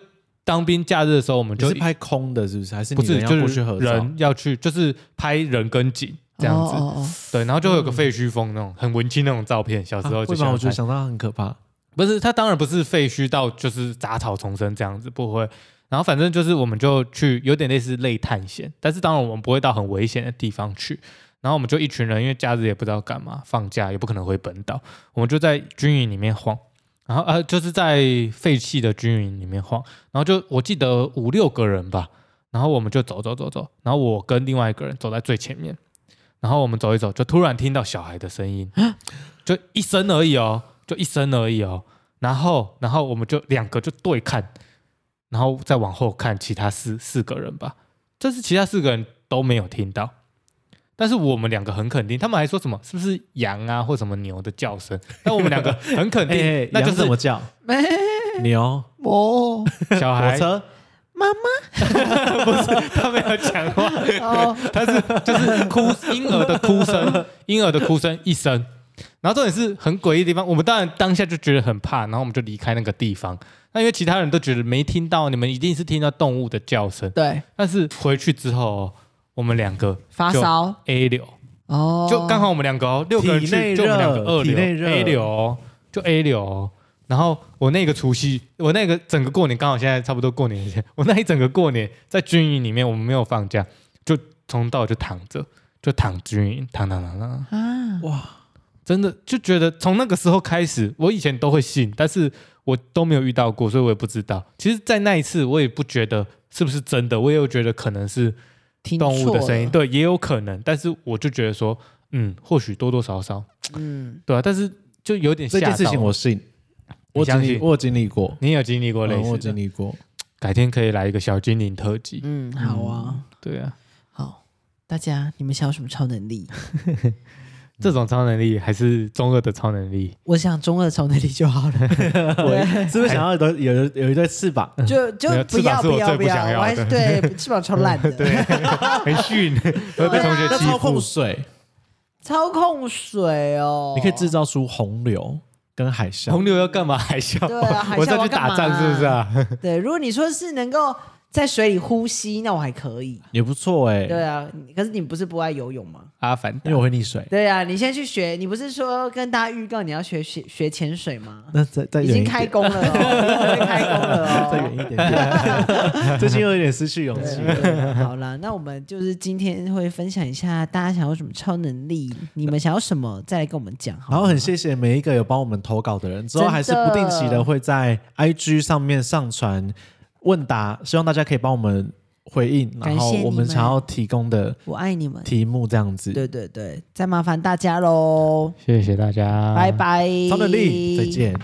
[SPEAKER 1] 当兵假日的时候，我们
[SPEAKER 2] 你
[SPEAKER 1] 就是
[SPEAKER 2] 拍空的，是不是？还是
[SPEAKER 1] 不
[SPEAKER 2] 你
[SPEAKER 1] 是
[SPEAKER 2] 人
[SPEAKER 1] 就
[SPEAKER 2] 要过
[SPEAKER 1] 是
[SPEAKER 2] 去合照
[SPEAKER 1] 人？要去就是拍人跟景这样子，
[SPEAKER 3] 哦哦哦
[SPEAKER 1] 对，然后就会有个废墟风那种很文青那种照片，小时
[SPEAKER 2] 啊
[SPEAKER 1] 候
[SPEAKER 2] 会
[SPEAKER 1] 就
[SPEAKER 2] 吗？
[SPEAKER 1] 想
[SPEAKER 2] 我觉
[SPEAKER 1] 拍、
[SPEAKER 2] 得想到很可怕。
[SPEAKER 1] 不是，它当然不是废墟到就是杂草丛生这样子，不会。然后反正就是我们就去有点类似类探险，但是当然我们不会到很危险的地方去。然后我们就一群人，因为假日也不知道干嘛，放假也不可能回本岛，我们就在军营里面晃。然后呃，就是在废弃的军营里面晃，然后就我记得五六个人吧，然后我们就走走走走，然后我跟另外一个人走在最前面，然后我们走一走，就突然听到小孩的声
[SPEAKER 2] [GASPS]
[SPEAKER 1] 音，就一声而已哦，就一声而已哦，然后然后我们就两个就对看，然后再往后看其他四四个人吧，这是其他四个人都没有听到。但是我们两个很肯定，他们还说什么是不是羊啊或什么牛的叫声？但我们两个很肯定，
[SPEAKER 2] [LAUGHS] 哎，
[SPEAKER 1] 那就
[SPEAKER 2] 羊
[SPEAKER 1] 是哎
[SPEAKER 2] 怎么叫？牛、
[SPEAKER 3] 哦
[SPEAKER 1] 小
[SPEAKER 2] [LAUGHS] 火
[SPEAKER 1] 孩
[SPEAKER 2] 车，
[SPEAKER 1] 他没有讲话，
[SPEAKER 3] 哦，
[SPEAKER 1] 他是就是哭婴儿的哭声，婴儿的哭声一声。然后重点是很诡异的地方，我们当然当下就觉得很怕，然后我们就离开那个地方。那因为其他人都觉得没听到，你们一定是听到动物的叫声。
[SPEAKER 3] 对，
[SPEAKER 1] 但是回去之后哦、我们两个
[SPEAKER 3] 发
[SPEAKER 1] 就
[SPEAKER 3] 烧
[SPEAKER 1] A 流，
[SPEAKER 3] 哦，
[SPEAKER 1] 就刚好我们两个哦，六个人
[SPEAKER 2] 体内
[SPEAKER 1] 去，就我们两个
[SPEAKER 2] 热
[SPEAKER 1] 二
[SPEAKER 2] 体内
[SPEAKER 1] 流
[SPEAKER 2] 热
[SPEAKER 1] A 流哦，就 A 流哦。然后我那个除夕，我那个整个过年，刚好现在差不多过年前，我那一整个过年在军营里面，我们没有放假，就从到就躺着，就躺军营，躺躺躺躺，
[SPEAKER 3] 啊，
[SPEAKER 1] 真的就觉得从那个时候开始，我以前都会信，但是我都没有遇到过，所以我也不知道。其实，在那一次，我也不觉得是不是真的，我也有觉得可能是
[SPEAKER 3] 听
[SPEAKER 1] 动物的
[SPEAKER 3] 错
[SPEAKER 1] 声音，
[SPEAKER 3] 了，
[SPEAKER 1] 对，也有可能。但是我就觉得说，嗯，或许多多少少，
[SPEAKER 3] 嗯，
[SPEAKER 1] 对啊，但是就有点吓
[SPEAKER 2] 这
[SPEAKER 1] 到
[SPEAKER 2] 件事情我信，我经
[SPEAKER 1] 相信
[SPEAKER 2] 历，我有经历过，
[SPEAKER 1] 你有经历过类
[SPEAKER 2] 嗯我
[SPEAKER 1] 似
[SPEAKER 2] 有
[SPEAKER 1] 的，
[SPEAKER 2] 经历过。
[SPEAKER 1] 改天可以来一个小精灵特辑。
[SPEAKER 3] 嗯，好啊，
[SPEAKER 1] 对啊，
[SPEAKER 3] 好，大家你们想有什么超能力？
[SPEAKER 1] 这种超能力还是中二的超能
[SPEAKER 3] [LAUGHS]
[SPEAKER 1] 力，
[SPEAKER 3] 我想中二超能力就好了，
[SPEAKER 2] [LAUGHS]
[SPEAKER 1] 哎
[SPEAKER 2] 我是不是想要有有有一对翅膀？
[SPEAKER 3] 就就
[SPEAKER 1] 没有
[SPEAKER 3] 不
[SPEAKER 1] 翅膀
[SPEAKER 3] 要
[SPEAKER 1] 是我
[SPEAKER 3] 不要
[SPEAKER 1] 最
[SPEAKER 3] 不
[SPEAKER 1] 不想
[SPEAKER 3] 要，
[SPEAKER 1] 要
[SPEAKER 3] 我还是对翅膀超
[SPEAKER 2] [LAUGHS]
[SPEAKER 3] 烂的，
[SPEAKER 1] 很逊， [LAUGHS] 会被同学
[SPEAKER 3] 啊
[SPEAKER 2] 那
[SPEAKER 1] 欺
[SPEAKER 2] 操控
[SPEAKER 1] 负。
[SPEAKER 2] 水，
[SPEAKER 3] 操控水哦，
[SPEAKER 2] 你可以制造出洪流跟海啸
[SPEAKER 1] 红。牛要干嘛？海啸？
[SPEAKER 3] 对啊海啸
[SPEAKER 1] 我再
[SPEAKER 3] 我要
[SPEAKER 1] 去
[SPEAKER 3] 干
[SPEAKER 1] 打
[SPEAKER 3] 嘛
[SPEAKER 1] 仗是不是啊？
[SPEAKER 3] 对，如果你说是能够在水里呼吸，那我还可以。
[SPEAKER 2] 也不错哎、
[SPEAKER 3] 对啊，你可是你不是不爱游泳吗？
[SPEAKER 1] 阿凡达
[SPEAKER 2] 因为我会溺水。
[SPEAKER 3] 对啊，你先去学，你不是说跟大家预告你要学学学潜水吗？
[SPEAKER 2] 那再再
[SPEAKER 3] 已
[SPEAKER 2] 远一
[SPEAKER 3] 经
[SPEAKER 2] 点
[SPEAKER 3] 开工了
[SPEAKER 2] [LAUGHS]
[SPEAKER 3] 哦，已经开工了
[SPEAKER 2] 再
[SPEAKER 3] 哦
[SPEAKER 2] 远。一点点， [LAUGHS] 最近又有点失去勇气。
[SPEAKER 3] 对对好啦，那我们就是今天会分享一下大家想要什么超能力，你们想要什么，再来跟我们讲好吗。
[SPEAKER 2] 然后很谢谢每一个有帮我们投稿的人，之后还是不定期的会在 IG 上面上传问答，希望大家可以帮我们回应，
[SPEAKER 3] 感
[SPEAKER 2] 然
[SPEAKER 3] 谢
[SPEAKER 2] 后我
[SPEAKER 3] 你们
[SPEAKER 2] 们想要提供的
[SPEAKER 3] 我爱你们。
[SPEAKER 2] 题目这样子。
[SPEAKER 3] 对对对，再麻烦大家喽，
[SPEAKER 1] 谢谢大家，
[SPEAKER 3] 拜拜，
[SPEAKER 2] 超能力，再见。